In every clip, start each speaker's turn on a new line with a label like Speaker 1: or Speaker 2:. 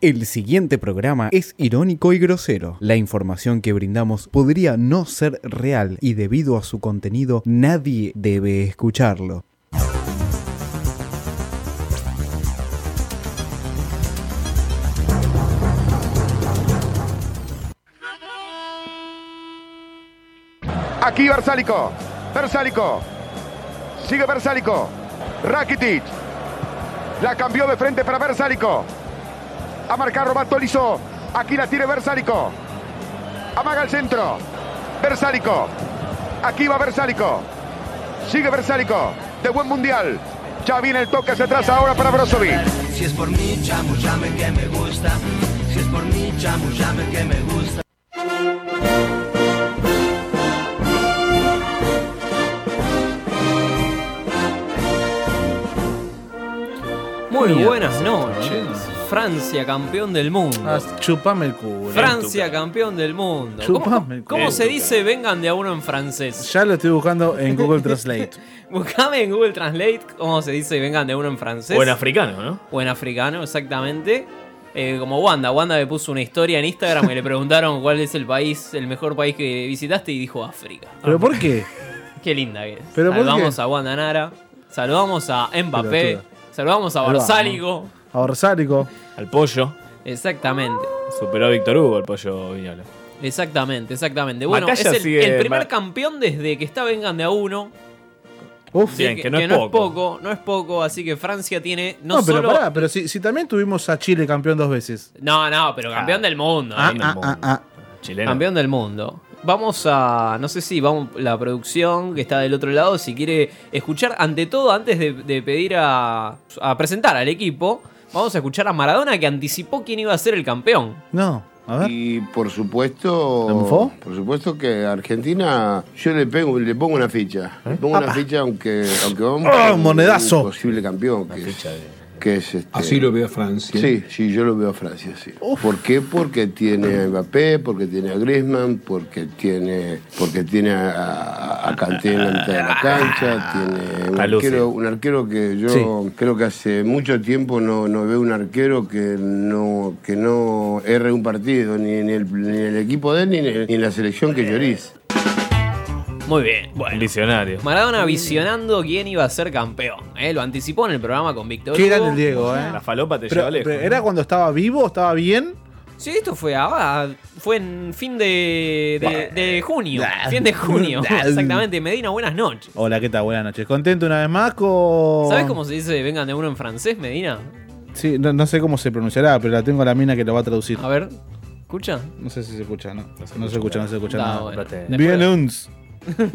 Speaker 1: El siguiente programa es irónico y grosero. La información que brindamos podría no ser real y debido a su contenido nadie debe escucharlo.
Speaker 2: Aquí Bersálico. Bersálico. Sigue Bersálico. Rakitic. La cambió de frente para Bersálico. A marcar Roberto Liso. Aquí la tiene Bersálico. Amaga el centro. Bersálico. Aquí va Bersálico. Sigue Bersálico. De buen mundial. Ya viene el toque hacia atrás ahora para Brozovic.
Speaker 3: Si es por mí, chamullame que me gusta. Si es por mí, chamullame que me gusta.
Speaker 4: Muy
Speaker 5: Mierda,
Speaker 4: buenas
Speaker 5: sí,
Speaker 4: noches.
Speaker 5: tremendo.
Speaker 4: Francia campeón del mundo.
Speaker 5: Ah, chupame el culo.
Speaker 4: Francia campeón del mundo.
Speaker 5: Chupame
Speaker 4: ¿Cómo,
Speaker 5: el culo.
Speaker 4: cómo se
Speaker 5: Tuca.
Speaker 4: dice vengan de a uno en francés?
Speaker 5: Ya lo estoy buscando en Google Translate.
Speaker 4: Buscame en Google Translate cómo se dice vengan de a uno en francés.
Speaker 6: O en africano, ¿no?
Speaker 4: O en africano, exactamente. Eh, como Wanda. Wanda me puso una historia en Instagram y le preguntaron cuál es el país, el mejor país que visitaste y dijo África.
Speaker 5: ¿Pero por qué?
Speaker 4: Qué linda que es.
Speaker 5: Pero ¿por
Speaker 4: saludamos
Speaker 5: qué?
Speaker 4: a Wanda Nara, saludamos a Mbappé, saludamos a
Speaker 5: Ahí va,
Speaker 4: Barsálico.
Speaker 5: A Orsálico.
Speaker 6: Al pollo.
Speaker 4: Exactamente.
Speaker 6: Superó a Víctor Hugo el pollo Viñola.
Speaker 4: Exactamente, exactamente. Eh, Bueno,
Speaker 6: Macaya
Speaker 4: es el,
Speaker 6: sigue-
Speaker 4: el primer
Speaker 6: Ma-
Speaker 4: campeón desde que está Vengan de a uno.
Speaker 5: Uf.
Speaker 6: Bien,
Speaker 4: Sí,
Speaker 6: que no es poco.
Speaker 4: No es poco, así que Francia tiene no,
Speaker 5: No, pero
Speaker 4: solo...
Speaker 5: pará, pero si, si también tuvimos a Chile campeón dos veces.
Speaker 4: No, no, pero campeón del mundo.
Speaker 5: Ah,
Speaker 4: eh.
Speaker 5: ah, ah, ah.
Speaker 6: Chileno.
Speaker 4: Campeón del mundo. Vamos a, no sé si vamos la producción que está del otro lado, si quiere escuchar, ante todo, antes de, de pedir a, a presentar al equipo, vamos a escuchar a Maradona que anticipó quién iba a ser el campeón.
Speaker 5: No, a ver.
Speaker 7: Y por
Speaker 5: ¿Triunfó?
Speaker 7: supuesto, por supuesto que Argentina, yo le, pego, le pongo una ficha. Le pongo una ficha aunque, aunque vamos
Speaker 5: ¿Eh? ¡Ah,
Speaker 7: con
Speaker 5: monedazo!
Speaker 7: un posible campeón. Que, es- que es este-
Speaker 8: Así lo veo a Francia.
Speaker 7: Sí, sí, yo lo veo a Francia, sí. ¿Por qué? Porque tiene a Mbappé, porque tiene a Griezmann, porque tiene, porque tiene a, a- a Kanté en la mitad de la cancha, tiene un
Speaker 6: A Luce.
Speaker 7: arquero, un arquero que yo
Speaker 5: Sí.
Speaker 7: creo que hace mucho tiempo no, no veo un arquero que no, que no erre un partido, ni en el, ni en el equipo de él, ni en, el- ni en la selección que llorís.
Speaker 4: Muy bien,
Speaker 6: El
Speaker 4: bueno.
Speaker 6: diccionario.
Speaker 4: Maradona visionando quién iba a ser campeón. ¿eh? Lo anticipó en el programa con Víctor
Speaker 5: Qué
Speaker 4: Hugo.
Speaker 5: grande el Diego, eh.
Speaker 6: La falopa te
Speaker 5: Pero,
Speaker 6: lleva lejos.
Speaker 5: pero ¿Era cuando estaba vivo? ¿Estaba bien?
Speaker 4: Sí, esto fue ah, fue en fin de, de- de junio.
Speaker 5: Bah.
Speaker 4: Fin de junio,
Speaker 5: Bah.
Speaker 4: exactamente. Medina, buenas noches.
Speaker 5: Hola, ¿qué tal? Buenas noches. ¿Contento una vez más con...?
Speaker 4: ¿Sabes cómo se dice vengan de uno en francés, Medina?
Speaker 5: Sí, no, no sé cómo se pronunciará, pero la tengo a la mina que lo va a traducir.
Speaker 4: A ver, escucha.
Speaker 5: No sé si se escucha, no. No se escucha, no se escucha
Speaker 4: No,
Speaker 5: nada.
Speaker 4: bueno.
Speaker 6: Espérate.
Speaker 4: Después-
Speaker 5: Bien uns.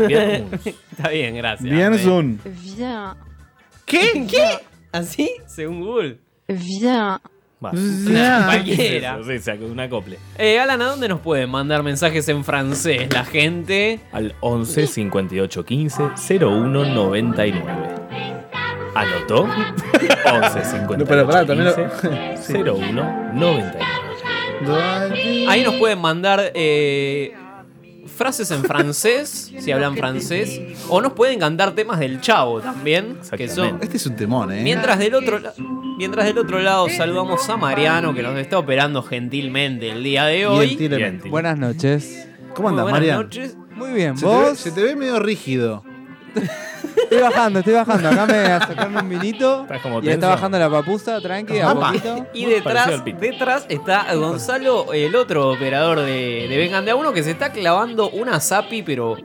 Speaker 6: Bien.
Speaker 4: Está bien, gracias.
Speaker 5: Bien
Speaker 4: Medina.
Speaker 5: un.
Speaker 9: Viens,
Speaker 4: ¿Qué? ¿Qué? ¿Así? Según Google.
Speaker 9: viens,
Speaker 6: Va.
Speaker 5: Ya.
Speaker 6: ¿Qué es
Speaker 4: Cualquiera.
Speaker 6: eso? Sí, sacó un acople.
Speaker 4: Eh, Alan, ¿a dónde nos pueden mandar mensajes en francés la gente?
Speaker 6: Al 11 58 15 01 99. ¿Anotó? 11 58
Speaker 5: No, pero pará, también lo-
Speaker 6: 15 01 99.
Speaker 4: Ahí nos pueden mandar eh, frases en francés, si hablan francés. O nos pueden cantar temas del chavo también, que son
Speaker 5: Este es un temón, eh.
Speaker 4: Mientras del otro, la- mientras del otro lado saludamos a Mariano que nos está operando gentilmente el día de hoy.
Speaker 5: Bien, tírame.
Speaker 6: Bien, tío.
Speaker 10: Buenas noches.
Speaker 5: ¿Cómo
Speaker 4: Muy
Speaker 5: andas,
Speaker 4: buenas
Speaker 5: Mariano?
Speaker 4: noches.
Speaker 10: Muy bien,
Speaker 5: Se te, ve,
Speaker 10: vos.
Speaker 5: se te ve medio rígido.
Speaker 10: Estoy bajando, estoy bajando. Acá me a sacarme un vinito.
Speaker 6: Estás como
Speaker 10: Y le está
Speaker 6: tenso.
Speaker 10: bajando la papusa, tranqui, a
Speaker 5: Apa.
Speaker 10: poquito.
Speaker 4: Y
Speaker 6: Muy parecido
Speaker 4: detrás,
Speaker 6: al Pito.
Speaker 4: detrás está Gonzalo, el otro operador de, de Vengan de a uno, que se está clavando una zapi, pero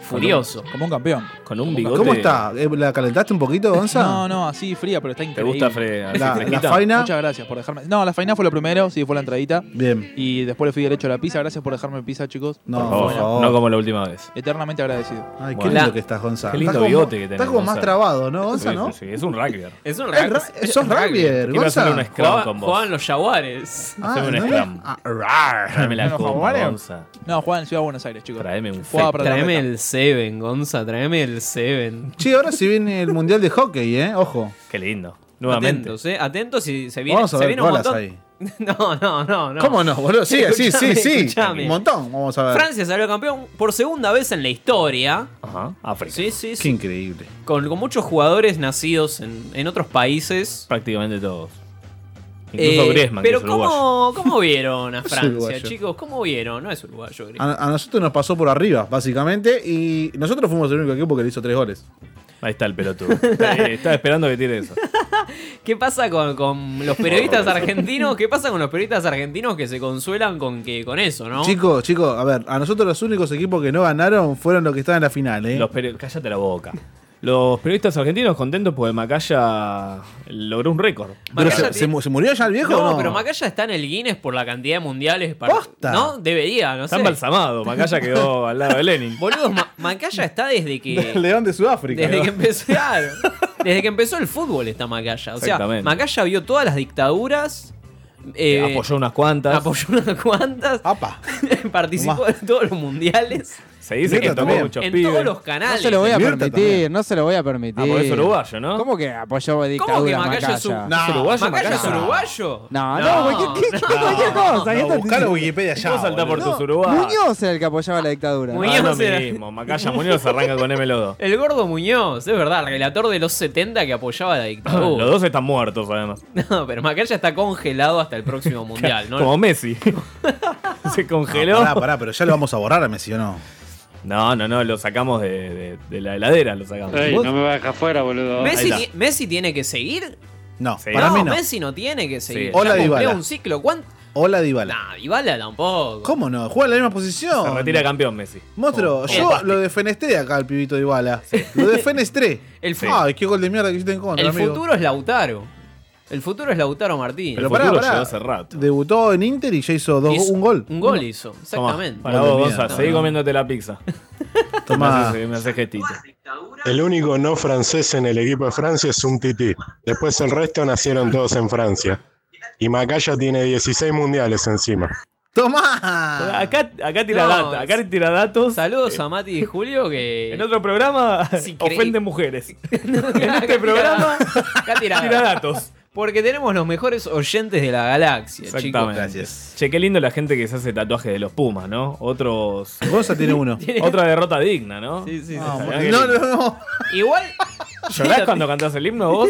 Speaker 4: furioso.
Speaker 10: Como un campeón.
Speaker 6: Con un bigote.
Speaker 5: ¿Cómo está? Eh, ¿La calentaste un poquito, Gonza?
Speaker 10: No, no, así fría, pero está
Speaker 6: ¿Te
Speaker 10: increíble.
Speaker 6: gusta Fre
Speaker 5: La, la
Speaker 6: fresquita?
Speaker 5: faina.
Speaker 10: Muchas gracias por dejarme. No, la faena fue lo primero, sí, fue la entradita.
Speaker 5: Bien.
Speaker 10: Y después le fui derecho a la pizza. Gracias por dejarme pizza, chicos.
Speaker 5: No,
Speaker 6: Por
Speaker 5: por
Speaker 6: favor,
Speaker 5: favor.
Speaker 6: no como la última vez.
Speaker 10: Eternamente agradecido.
Speaker 5: Ay, qué
Speaker 6: Bueno.
Speaker 5: lindo
Speaker 4: La-
Speaker 5: que estás, Gonza.
Speaker 6: Qué lindo
Speaker 5: Estás como-
Speaker 6: bigote que tenés,
Speaker 5: Estás como más
Speaker 6: Gonza.
Speaker 5: trabado, ¿no, Gonza,
Speaker 6: Sí,
Speaker 5: no?
Speaker 6: sí, sí, es un rugby.
Speaker 4: Es un
Speaker 5: Es
Speaker 4: rag-
Speaker 5: ra- Sos rugbyer,
Speaker 6: Quiero hacer
Speaker 5: Gonza.
Speaker 6: un scrum
Speaker 4: Jugaba-
Speaker 6: con
Speaker 4: Jugaban
Speaker 6: vos.
Speaker 4: los jaguares.
Speaker 5: Ah,
Speaker 6: Haceme
Speaker 5: ¿no?
Speaker 6: un scrum.
Speaker 5: Ah, rar.
Speaker 6: Tráeme la
Speaker 10: ¿No nos
Speaker 6: copa,
Speaker 10: jugamos?
Speaker 6: Gonza.
Speaker 10: No, juega en Ciudad de Buenos Aires, chicos.
Speaker 6: Traeme un
Speaker 10: Jugaba
Speaker 6: fake.
Speaker 10: para la
Speaker 4: Traeme
Speaker 10: meta.
Speaker 4: el Seven, Gonza, traeme el Seven.
Speaker 5: Che, ahora se viene el mundial de hockey, ¿eh? Ojo.
Speaker 6: Qué lindo. Nuevamente.
Speaker 4: Atentos, eh. Atentos y se viene,
Speaker 5: Vamos a
Speaker 4: se
Speaker 5: ver
Speaker 4: viene un
Speaker 5: bolas
Speaker 4: montón.
Speaker 5: ahí.
Speaker 4: No, no, no, no.
Speaker 5: ¿Cómo no, boludo? Sí, sí, sí,
Speaker 4: Escuchame,
Speaker 5: sí.
Speaker 4: escuchame.
Speaker 5: Un montón, vamos a ver.
Speaker 4: Francia salió campeón por segunda vez en la historia.
Speaker 6: Ajá. África.
Speaker 4: Sí, sí,
Speaker 5: Qué
Speaker 4: sí.
Speaker 5: increíble.
Speaker 4: Con, con muchos jugadores nacidos en, en otros países.
Speaker 6: Prácticamente todos. Incluso
Speaker 4: Eh,
Speaker 6: Griezmann, que
Speaker 4: pero
Speaker 6: es
Speaker 4: ¿cómo, ¿cómo vieron a Francia,
Speaker 5: uruguayo. Ah,
Speaker 4: chicos? ¿Cómo vieron? No es uruguayo, Griezmann.
Speaker 5: A, a nosotros nos pasó por arriba, básicamente, y nosotros fuimos el único equipo que le hizo tres goles.
Speaker 6: Ahí está el pelotudo. Está ahí, Estaba esperando que tire eso.
Speaker 4: ¿Qué pasa con, con los periodistas argentinos? ¿Qué pasa con los periodistas argentinos que se consuelan con que con eso, no?
Speaker 5: Chicos, chicos, a ver, a nosotros los únicos equipos que no ganaron fueron los que estaban en la final, ¿eh?
Speaker 6: Los peri- Cállate la boca. Los periodistas argentinos contentos porque Macaya logró un récord.
Speaker 5: Pero
Speaker 4: Macaya
Speaker 5: se,
Speaker 4: tiene-
Speaker 5: se mu- se murió ya el viejo?
Speaker 4: no,
Speaker 5: o no?
Speaker 4: pero Macaya está en el Guinness por la cantidad de mundiales. Para...
Speaker 5: Posta.
Speaker 4: No, debería, no
Speaker 6: Está
Speaker 4: sé.
Speaker 6: embalsamado. Macaya quedó al lado de Lenin.
Speaker 4: Boludos, Ma- Macaya está desde
Speaker 5: El
Speaker 4: que.
Speaker 5: león de Sudáfrica.
Speaker 4: Desde
Speaker 5: ¿no?
Speaker 4: que empezó. claro. Desde que empezó el fútbol está Macaya. O sea,
Speaker 6: Exactamente.
Speaker 4: Macaya vio todas las dictaduras. eh,
Speaker 6: Apoyó unas cuantas.
Speaker 4: apoyó unas cuantas.
Speaker 5: Apa.
Speaker 4: participó en todos los mundiales.
Speaker 6: Se dice que
Speaker 5: Mirta
Speaker 6: tomó
Speaker 5: también.
Speaker 6: muchos
Speaker 4: en
Speaker 6: pibes.
Speaker 4: todos los
Speaker 10: No
Speaker 4: canales.
Speaker 10: se lo voy a
Speaker 5: Mirta
Speaker 10: permitir,
Speaker 5: también.
Speaker 10: no se lo voy a
Speaker 6: Ah,
Speaker 10: permitir.
Speaker 6: porque es uruguayo, ¿no?
Speaker 10: ¿Cómo que apoyó
Speaker 4: ¿Cómo que
Speaker 10: dictadura
Speaker 4: Macaya es un-
Speaker 10: Macaya?
Speaker 6: ¿Es uruguayo
Speaker 4: Macaya
Speaker 6: Macaya?
Speaker 4: es uruguayo.
Speaker 10: No, no, güey, ¿qué- qué- qué- cualquier cosa. ¿qué
Speaker 5: No,
Speaker 10: estás
Speaker 5: buscalo en
Speaker 10: diciendo?
Speaker 5: Wikipedia ya.
Speaker 6: Vos saltá por
Speaker 5: boludo.
Speaker 6: tus uruguayos.
Speaker 10: Muñoz era el que apoyaba la dictadura.
Speaker 4: Muy-
Speaker 6: Ah,
Speaker 4: Muñoz
Speaker 6: lo
Speaker 4: era-
Speaker 6: mismo. Macaya Muñoz arranca con M Lodo.
Speaker 4: El gordo Muñoz, es verdad, el relator de los 70 que apoyaba la
Speaker 6: Los
Speaker 4: dictadura.
Speaker 6: dos están muertos, además.
Speaker 4: No, pero Macaya está congelado hasta el próximo mundial, ¿no?
Speaker 6: Como Messi. Se congeló.
Speaker 5: Pará, pará, pero ya lo vamos a borrar a Messi, ¿o no?
Speaker 6: No, no, no, lo sacamos de, de- de la heladera, lo sacamos.
Speaker 8: Ey,
Speaker 6: ¿Vos?
Speaker 8: no me va a dejar fuera, boludo.
Speaker 4: Messi,
Speaker 6: Ahí
Speaker 4: ti-
Speaker 6: está.
Speaker 4: Messi tiene que seguir.
Speaker 5: No,
Speaker 6: Sí.
Speaker 5: para
Speaker 4: no,
Speaker 5: mí no.
Speaker 4: Messi no tiene que seguir.
Speaker 6: Hola,
Speaker 4: Ya cumplió
Speaker 5: Dybala.
Speaker 4: un ciclo. ¿Cuánto?
Speaker 5: Hola, Dybala.
Speaker 4: Nah, Dybala tampoco.
Speaker 5: ¿Cómo no? Juega en la misma
Speaker 6: Se
Speaker 5: posición.
Speaker 6: retira campeón Oh, Messi. Como-
Speaker 5: Monstruo,
Speaker 6: como
Speaker 5: yo
Speaker 6: Pasti.
Speaker 5: lo defenestré acá al pibito de Ibala. Lo defenestré.
Speaker 4: El fu-
Speaker 5: Ay, qué gol de mierda que hiciste en contra,
Speaker 4: El
Speaker 5: amigo.
Speaker 4: futuro es Lautaro. El futuro es Lautaro Martínez.
Speaker 5: Pero
Speaker 6: El
Speaker 5: pará,
Speaker 6: futuro
Speaker 5: pará.
Speaker 6: llegó hace rato.
Speaker 5: Debutó en Inter y ya hizo dos,
Speaker 4: Hizo-
Speaker 5: un gol.
Speaker 4: Un gol hizo,
Speaker 6: Tomá,
Speaker 4: exactamente.
Speaker 6: Para
Speaker 5: Gol de
Speaker 6: vos,
Speaker 5: mierda.
Speaker 6: Gonza, seguí comiéndote la pizza.
Speaker 5: Tomá.
Speaker 6: Me haces- Me haces gestito.
Speaker 9: El único no francés en el equipo de Francia es un tití. Después el resto nacieron todos en Francia. Y Macaya tiene 16 mundiales encima.
Speaker 5: Tomá.
Speaker 6: Acá, acá tira
Speaker 4: No,
Speaker 6: data- acá tira datos. Eh,
Speaker 4: Saludos a Mati y Julio que.
Speaker 6: En otro programa
Speaker 4: Si creí-
Speaker 6: ofende mujeres.
Speaker 4: en
Speaker 6: este programa,
Speaker 4: Acá tirada.
Speaker 6: Tira datos.
Speaker 4: Porque tenemos los mejores oyentes de la galaxia, chicos.
Speaker 6: Exactamente.
Speaker 5: Gracias.
Speaker 6: Che, qué lindo la gente que se hace tatuajes de los Pumas, ¿no? Otros.
Speaker 5: Gonza tiene uno.
Speaker 6: Otra derrota digna, ¿no? Ah,
Speaker 4: Sí, sí, sí.
Speaker 5: No,
Speaker 6: Mirá que
Speaker 5: no,
Speaker 6: lindo.
Speaker 5: no, no.
Speaker 4: Igual,
Speaker 6: ¿Llorás cuando cantás el himno vos?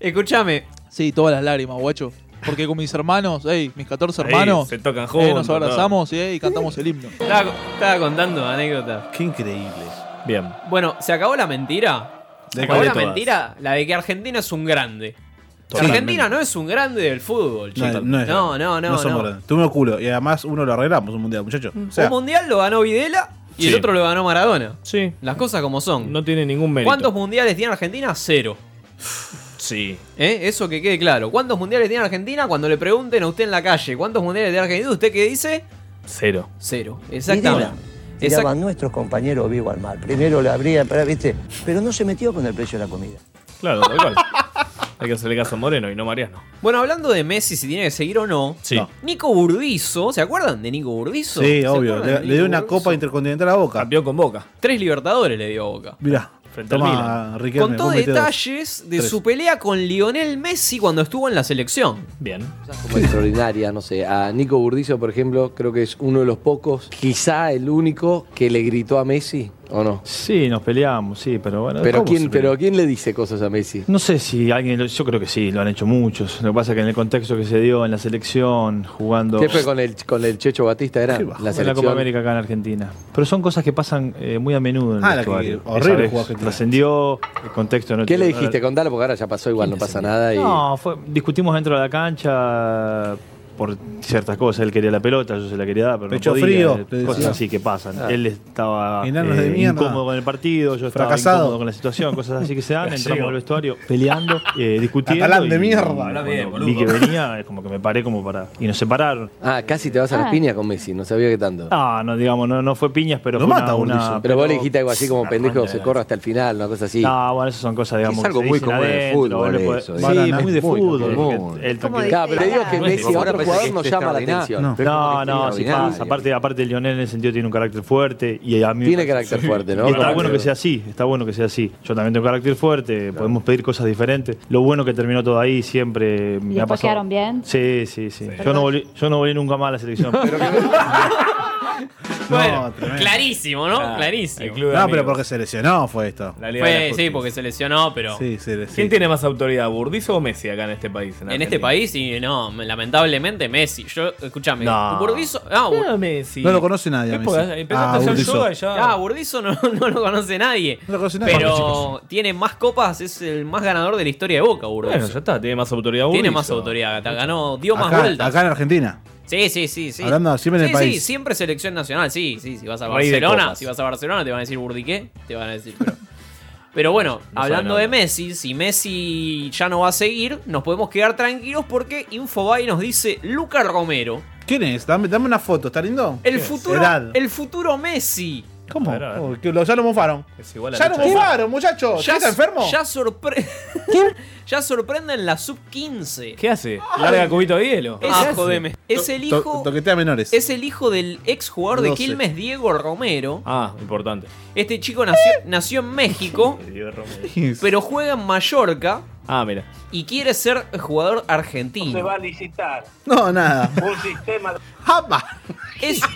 Speaker 4: escúchame.
Speaker 11: Sí, todas las lágrimas, guacho. Porque con mis hermanos, ey, mis 14
Speaker 6: Ahí,
Speaker 11: hermanos,
Speaker 6: se tocan
Speaker 11: eh,
Speaker 6: juntos.
Speaker 11: nos abrazamos eh, y cantamos el himno.
Speaker 4: Estaba, estaba contando anécdotas.
Speaker 5: Qué increíble.
Speaker 6: todo. Bien.
Speaker 4: Bueno, ¿se acabó la mentira? ¿Se
Speaker 6: ¿De
Speaker 4: acabó
Speaker 6: cuál
Speaker 4: la
Speaker 6: de todas?
Speaker 4: mentira? La de que Argentina es un grande.
Speaker 6: Totalmente.
Speaker 4: Argentina no es un grande del fútbol, chicos. No,
Speaker 5: es-
Speaker 4: no, no. no,
Speaker 5: No somos grandes. Tuvimos culo. Y además uno lo arreglamos un mundial, muchacho. O sea,
Speaker 4: un mundial lo ganó Videla y el
Speaker 6: Sí.
Speaker 4: otro lo ganó Maradona.
Speaker 6: Sí.
Speaker 4: Las cosas como son.
Speaker 6: No tiene ningún mérito.
Speaker 4: ¿Cuántos mundiales tiene Argentina? Cero.
Speaker 6: Sí.
Speaker 4: ¿Eh? Eso que quede claro. ¿Cuántos mundiales tiene Argentina? Cuando le pregunten a usted en la calle, ¿cuántos mundiales tiene Argentina? ¿Usted qué dice?
Speaker 6: Cero.
Speaker 4: Cero. Exactamente. Exact-
Speaker 3: nuestros compañeros vivo al mar. Primero la abría, para, ¿viste? Pero no se metió con el precio de la comida.
Speaker 6: Claro, tal cual. Hay que hacerle caso a Moreno y no Mariano.
Speaker 4: Bueno, hablando de Messi, si tiene que seguir o no.
Speaker 6: Sí.
Speaker 5: No.
Speaker 4: Nico Burdizo, ¿se acuerdan de Nico Burdizo?
Speaker 5: sí,
Speaker 4: ¿Se
Speaker 5: obvio.
Speaker 4: acuerdan
Speaker 5: Le,
Speaker 4: de
Speaker 5: le dio
Speaker 4: Nico
Speaker 5: una
Speaker 4: Burdizo?
Speaker 5: copa intercontinental a Boca.
Speaker 6: Campeón con Boca.
Speaker 4: Tres libertadores le dio a Boca.
Speaker 5: Mirá.
Speaker 6: Frente al
Speaker 5: Toma,
Speaker 6: Milan.
Speaker 5: Riquelme.
Speaker 4: Contó
Speaker 5: vos metés dos.
Speaker 4: detalles de
Speaker 5: Tres.
Speaker 4: su pelea con Lionel Messi cuando estuvo en la selección.
Speaker 6: Bien.
Speaker 3: Como extraordinaria, no sé. A Nico Burdizo, por ejemplo, creo que es uno de los pocos, quizá el único, que le gritó a Messi, ¿o no?
Speaker 11: Sí, nos peleamos, sí, pero bueno.
Speaker 3: Pero ¿quién, pero ¿quién le dice cosas a Messi?
Speaker 11: No sé si alguien, yo creo que sí, lo han hecho muchos. Lo que pasa es que en el contexto que se dio en la selección, jugando
Speaker 3: ¿Qué fue con el, con el Checho Batista? Era
Speaker 5: Qué
Speaker 3: la
Speaker 5: bajo.
Speaker 11: en
Speaker 3: selección.
Speaker 11: la Copa América acá en Argentina. Pero son cosas que pasan eh, muy a menudo en
Speaker 5: Ah,
Speaker 11: el
Speaker 5: la que-
Speaker 11: vestuario.
Speaker 5: horrible
Speaker 11: Esa vez
Speaker 5: jugó Argentina.
Speaker 11: Trascendió el contexto. No
Speaker 3: ¿Qué le
Speaker 11: no era-
Speaker 3: dijiste? Contalo porque ahora ya pasó igual, no pasa nada. Y...
Speaker 11: No, fue- discutimos dentro de la cancha por ciertas cosas. Él quería la pelota, yo se la quería dar, pero
Speaker 5: Pecho
Speaker 11: no podía.
Speaker 5: frío,
Speaker 11: eh,
Speaker 5: le decía.
Speaker 11: cosas así que pasan.
Speaker 3: Ah.
Speaker 11: Él estaba eh,
Speaker 5: Enanos de mierda.
Speaker 11: incómodo con el partido, yo estaba
Speaker 5: Fracasado.
Speaker 11: incómodo con la situación, cosas así que se dan. Entramos al vestuario peleando, eh, discutiendo.
Speaker 5: Catalán
Speaker 11: y-
Speaker 5: de mierda.
Speaker 11: y
Speaker 5: Habla
Speaker 6: bien,
Speaker 11: cuando vi que venía, eh, como que me paré como para... Y nos separaron. Ah,
Speaker 3: Ah, casi te vas a las piñas con Messi, no sabía que tanto.
Speaker 11: No, no, digamos, no, no fue piñas, pero
Speaker 5: Lo
Speaker 11: fue
Speaker 5: mata
Speaker 11: una...
Speaker 5: Burdizo.
Speaker 11: una-
Speaker 3: Pero vos le dijiste algo así como
Speaker 11: Una
Speaker 3: pendejo,
Speaker 11: ronda
Speaker 3: se
Speaker 11: de-
Speaker 3: corro hasta el final, una cosa así.
Speaker 11: No, bueno, esas son cosas, digamos,
Speaker 3: Es algo
Speaker 11: que se
Speaker 3: muy
Speaker 11: dicen
Speaker 3: común en el
Speaker 11: adentro,
Speaker 3: fútbol
Speaker 11: vos le podés-
Speaker 3: eso,
Speaker 11: Sí,
Speaker 5: Banana.
Speaker 11: es muy de
Speaker 3: Muy
Speaker 11: fútbol.
Speaker 3: común.
Speaker 11: porque el-
Speaker 12: Como "Ah,
Speaker 3: Claro, pero digo que
Speaker 12: No,
Speaker 3: Messi,
Speaker 6: no, no,
Speaker 3: otro jugador no
Speaker 12: es
Speaker 3: llama la
Speaker 12: extraordinario.
Speaker 3: atención.
Speaker 5: No.
Speaker 11: No, no, sí
Speaker 3: Extraordinario.
Speaker 11: pasa. Aparte, aparte Lionel en ese sentido tiene un carácter fuerte y a mí me
Speaker 3: Tiene
Speaker 11: parece-
Speaker 3: carácter fuerte, ¿no?
Speaker 11: Y está
Speaker 3: Como
Speaker 11: bueno que sea así, está bueno que sea así. Yo también tengo carácter fuerte, podemos pedir cosas diferentes. Lo bueno que terminó todo ahí siempre me ha
Speaker 12: después
Speaker 11: pasado.
Speaker 12: quedaron bien?
Speaker 11: Sí, sí, sí. Yo no volví, yo no volví nunca más a la selección.
Speaker 4: Bueno,
Speaker 5: tremendo.
Speaker 4: clarísimo, ¿no?
Speaker 5: Claro,
Speaker 4: clarísimo.
Speaker 5: no, pero porque se lesionó fue esto.
Speaker 4: Fue- sí, porque se lesionó, pero
Speaker 5: Sí, se lesionó.
Speaker 6: ¿Quién tiene más autoridad, Burdizo o Messi acá en este país?
Speaker 4: en este país, y no, lamentablemente Messi. Yo, escúchame,
Speaker 6: No.
Speaker 4: Burdizo.
Speaker 12: ah,
Speaker 4: No, Bur-
Speaker 6: Messi.
Speaker 5: No lo conoce nadie. a
Speaker 6: Es
Speaker 5: Messi.
Speaker 6: porque empezó a
Speaker 5: Ah,
Speaker 6: hacer
Speaker 5: Burdizo.
Speaker 6: yoga y ya.
Speaker 4: Ah, Burdizo no, no lo conoce nadie.
Speaker 5: No lo conoce nadie.
Speaker 4: Pero tiene más copas, es el más ganador de la historia de Boca, Burdizo.
Speaker 6: Bueno, ya está, tiene más autoridad
Speaker 4: tiene
Speaker 6: Burdizo.
Speaker 4: más autoridad, ta- ganó, dio más
Speaker 5: Acá-
Speaker 4: vueltas.
Speaker 5: acá en Argentina.
Speaker 4: Sí, sí, sí, sí.
Speaker 5: Hablando siempre del
Speaker 4: sí, Sí,
Speaker 5: país.
Speaker 4: siempre selección nacional, sí, sí. Si vas a
Speaker 6: Rey de
Speaker 4: Barcelona,
Speaker 6: copas.
Speaker 4: si vas a Barcelona te van a decir burdiqué, te van a decir. Pero, pero bueno,
Speaker 6: No
Speaker 4: hablando
Speaker 6: sabe
Speaker 4: de
Speaker 6: nada.
Speaker 4: Messi, si Messi ya no va a seguir, nos podemos quedar tranquilos porque Infobay nos dice Luca Romero.
Speaker 5: ¿Quién es? Dame, dame una foto, ¿está lindo?
Speaker 4: El futuro,
Speaker 5: Edad.
Speaker 4: el futuro Messi.
Speaker 5: ¿Cómo?
Speaker 6: A ver, a ver.
Speaker 5: Oh, que lo- ya lo mofaron.
Speaker 6: Es igual a
Speaker 5: Ya lo
Speaker 6: Lucha Libre.
Speaker 5: mofaron, muchachos. ¿Ya está enfermo?
Speaker 4: Ya, sorpre- ya sorprende en la sub-15.
Speaker 6: ¿Qué hace? Larga cubito de hielo.
Speaker 4: Es-
Speaker 6: Ah,
Speaker 4: Es el hijo,
Speaker 5: To- toquetea menores.
Speaker 4: es el hijo del ex jugador de
Speaker 5: Doce.
Speaker 4: Quilmes, Diego Romero.
Speaker 6: Ah, importante.
Speaker 4: Este chico nació, nació en México, pero juega en Mallorca
Speaker 6: Ah, mira.
Speaker 4: y quiere ser jugador argentino.
Speaker 8: a licitar
Speaker 5: No, nada.
Speaker 8: un sistema
Speaker 5: ¡Apa!
Speaker 4: Es,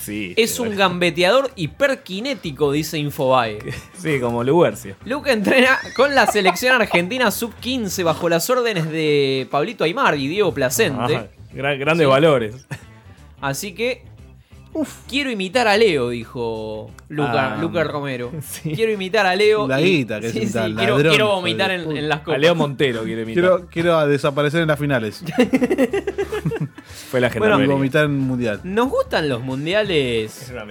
Speaker 6: Sí.
Speaker 4: es un gambeteador hiperkinético, dice Infobae.
Speaker 6: Sí, como Lubercio.
Speaker 4: Luca entrena con la selección argentina sub-15 bajo las órdenes de Pablito Aymar y Diego
Speaker 6: Ajá,
Speaker 4: Placente.
Speaker 6: Ah, gran- grandes
Speaker 4: Sí.
Speaker 6: valores.
Speaker 4: Así que. quiero imitar a Leo, dijo Luca,
Speaker 6: Ah,
Speaker 4: Luca Romero.
Speaker 6: sí.
Speaker 4: Quiero imitar a Leo.
Speaker 5: La
Speaker 4: y-
Speaker 5: guita que es
Speaker 4: sí,
Speaker 5: un
Speaker 4: sí,
Speaker 5: tal
Speaker 4: quiero,
Speaker 5: ladrón,
Speaker 4: quiero
Speaker 5: hijo de
Speaker 4: vomitar en,
Speaker 5: puta.
Speaker 4: en las
Speaker 6: A
Speaker 4: copas.
Speaker 6: Leo Montero quiere imitar.
Speaker 5: Quiero, quiero desaparecer en las finales.
Speaker 6: Fue la
Speaker 5: Bueno,
Speaker 6: generación.
Speaker 5: vomitar en el mundial.
Speaker 4: Nos gustan los mundiales.
Speaker 5: Ah,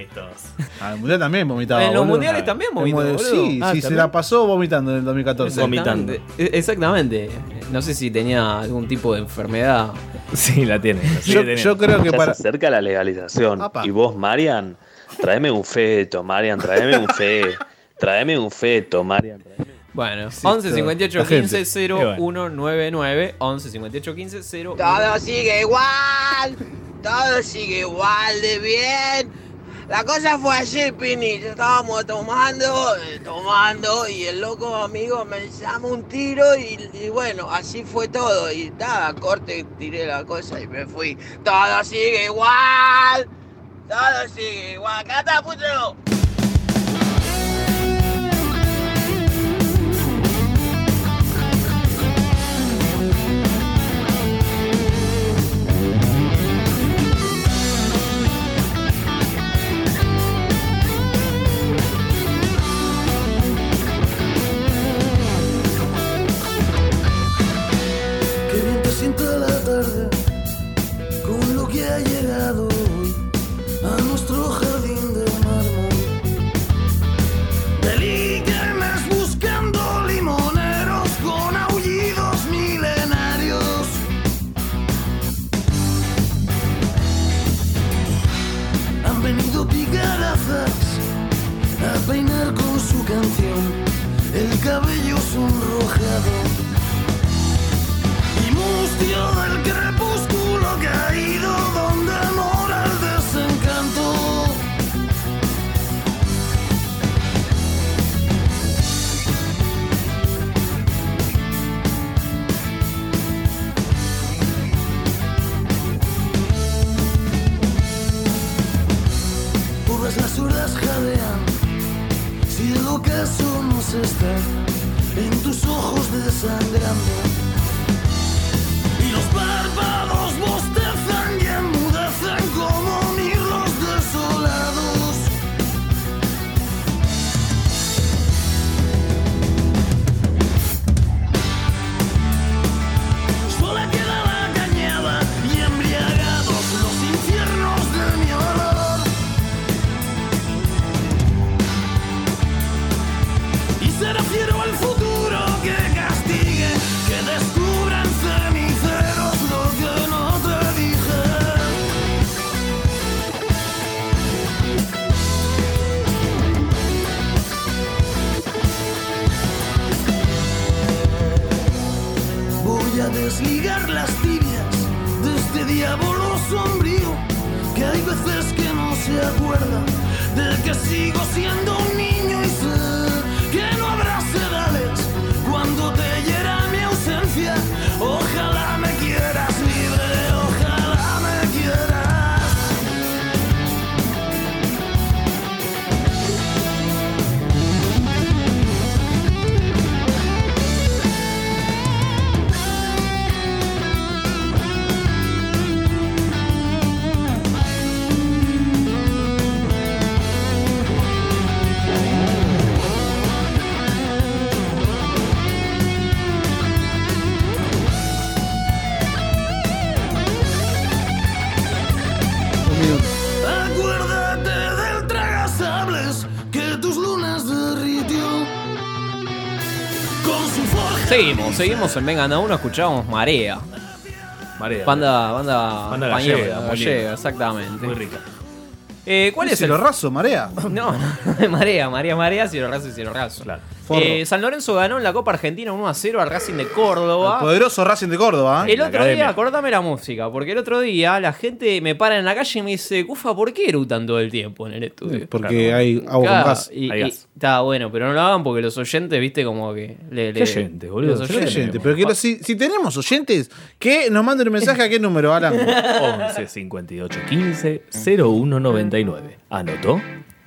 Speaker 5: en el mundial también vomitaba.
Speaker 4: En los
Speaker 5: boludo. Ah,
Speaker 4: mundiales también vomitó,
Speaker 5: En el-
Speaker 4: boludo.
Speaker 5: Sí,
Speaker 6: Ah,
Speaker 5: sí, se
Speaker 6: también.
Speaker 5: la pasó vomitando en el 2014.
Speaker 6: Vomi- Vomitando.
Speaker 4: Exactamente. eh, Exactamente. No sé si tenía algún tipo de enfermedad.
Speaker 6: Sí, la tiene. la sigue
Speaker 5: Yo,
Speaker 6: teniendo.
Speaker 5: yo creo que
Speaker 12: Ya
Speaker 5: para.
Speaker 12: se acerca la legalización.
Speaker 5: Apa.
Speaker 12: Y vos, Marian, tráeme un feto, Marian, tráeme un fe. Tráeme un feto, Marian. tráeme un-
Speaker 4: Bueno,
Speaker 5: todo.
Speaker 4: 11 58
Speaker 5: La gente.
Speaker 4: 15
Speaker 6: Qué
Speaker 4: 0199 11 58 15 0
Speaker 8: Todo sigue igual, todo sigue igual de bien. La cosa fue ayer, Pini, yo estábamos tomando, eh, tomando, y el loco amigo me llama un tiro y, y bueno, así fue todo. Y nada, corte, tiré la cosa y me fui. Todo sigue igual, todo sigue igual. ¡Catapulto!
Speaker 13: Qué bien te sienta la tarde con lo que ha llegado hoy a nuestro jardín de mármol. Delíquenes buscando limoneros con aullidos milenarios. Han venido picarazas a peinar con su canción el cabello sonrojado y mustio del crepúsculo caído donde mora el desencanto. Todas las horas jadean, si el ocaso nos está en tus ojos desangrando. Y los párpados bostezan y enmudecen como mirlos desolados. Sola queda la cañada y embriagados los infiernos de mi olor. y será fiero al futuro que castigue, que descubra en ceniceros lo que no te dije. Voy a desligar las tibias de este diablo sombrío que hay veces que no se acuerda de que sigo siendo un niño y sé que no habrá sedales cuando te hiera mi ausencia. Ojalá me quieras libre, ojalá me quieras.
Speaker 4: Seguimos, seguimos en Vengan a uno, escuchábamos Marea.
Speaker 6: Marea.
Speaker 4: Banda, banda,
Speaker 6: Banda
Speaker 4: española,
Speaker 6: gallega, muy
Speaker 4: gallega,
Speaker 6: linda.
Speaker 4: exactamente.
Speaker 6: Muy rica.
Speaker 4: Eh, ¿Cuál es el
Speaker 5: lo raso, marea?
Speaker 4: No, no, marea, marea, marea, cielo raso y cielo raso.
Speaker 5: Forro.
Speaker 4: Eh, San Lorenzo ganó en la Copa Argentina 1 a 0 al Racing de Córdoba.
Speaker 5: Poderoso Racing de Córdoba.
Speaker 4: Ah.
Speaker 5: ¿eh?
Speaker 4: El otro día, acordame la música, porque el otro día la gente me para en la calle y me dice, Cufa, ¿por qué erutan todo el tiempo en el estudio?
Speaker 5: Porque hay agua con
Speaker 4: Claro,
Speaker 5: gas.
Speaker 4: y-
Speaker 5: Hay
Speaker 4: y-
Speaker 5: gas.
Speaker 4: Está bueno, pero no lo hagan porque los oyentes, viste, como que. Le,
Speaker 5: ¿Qué
Speaker 4: le-
Speaker 5: oyentes, boludo?
Speaker 4: los
Speaker 5: ¿Qué
Speaker 4: oyentes.
Speaker 5: oyentes? Pero que los- si, si tenemos oyentes, que nos manden un mensaje a qué número, Alan.
Speaker 6: 11 58 15 0199. ¿Anotó?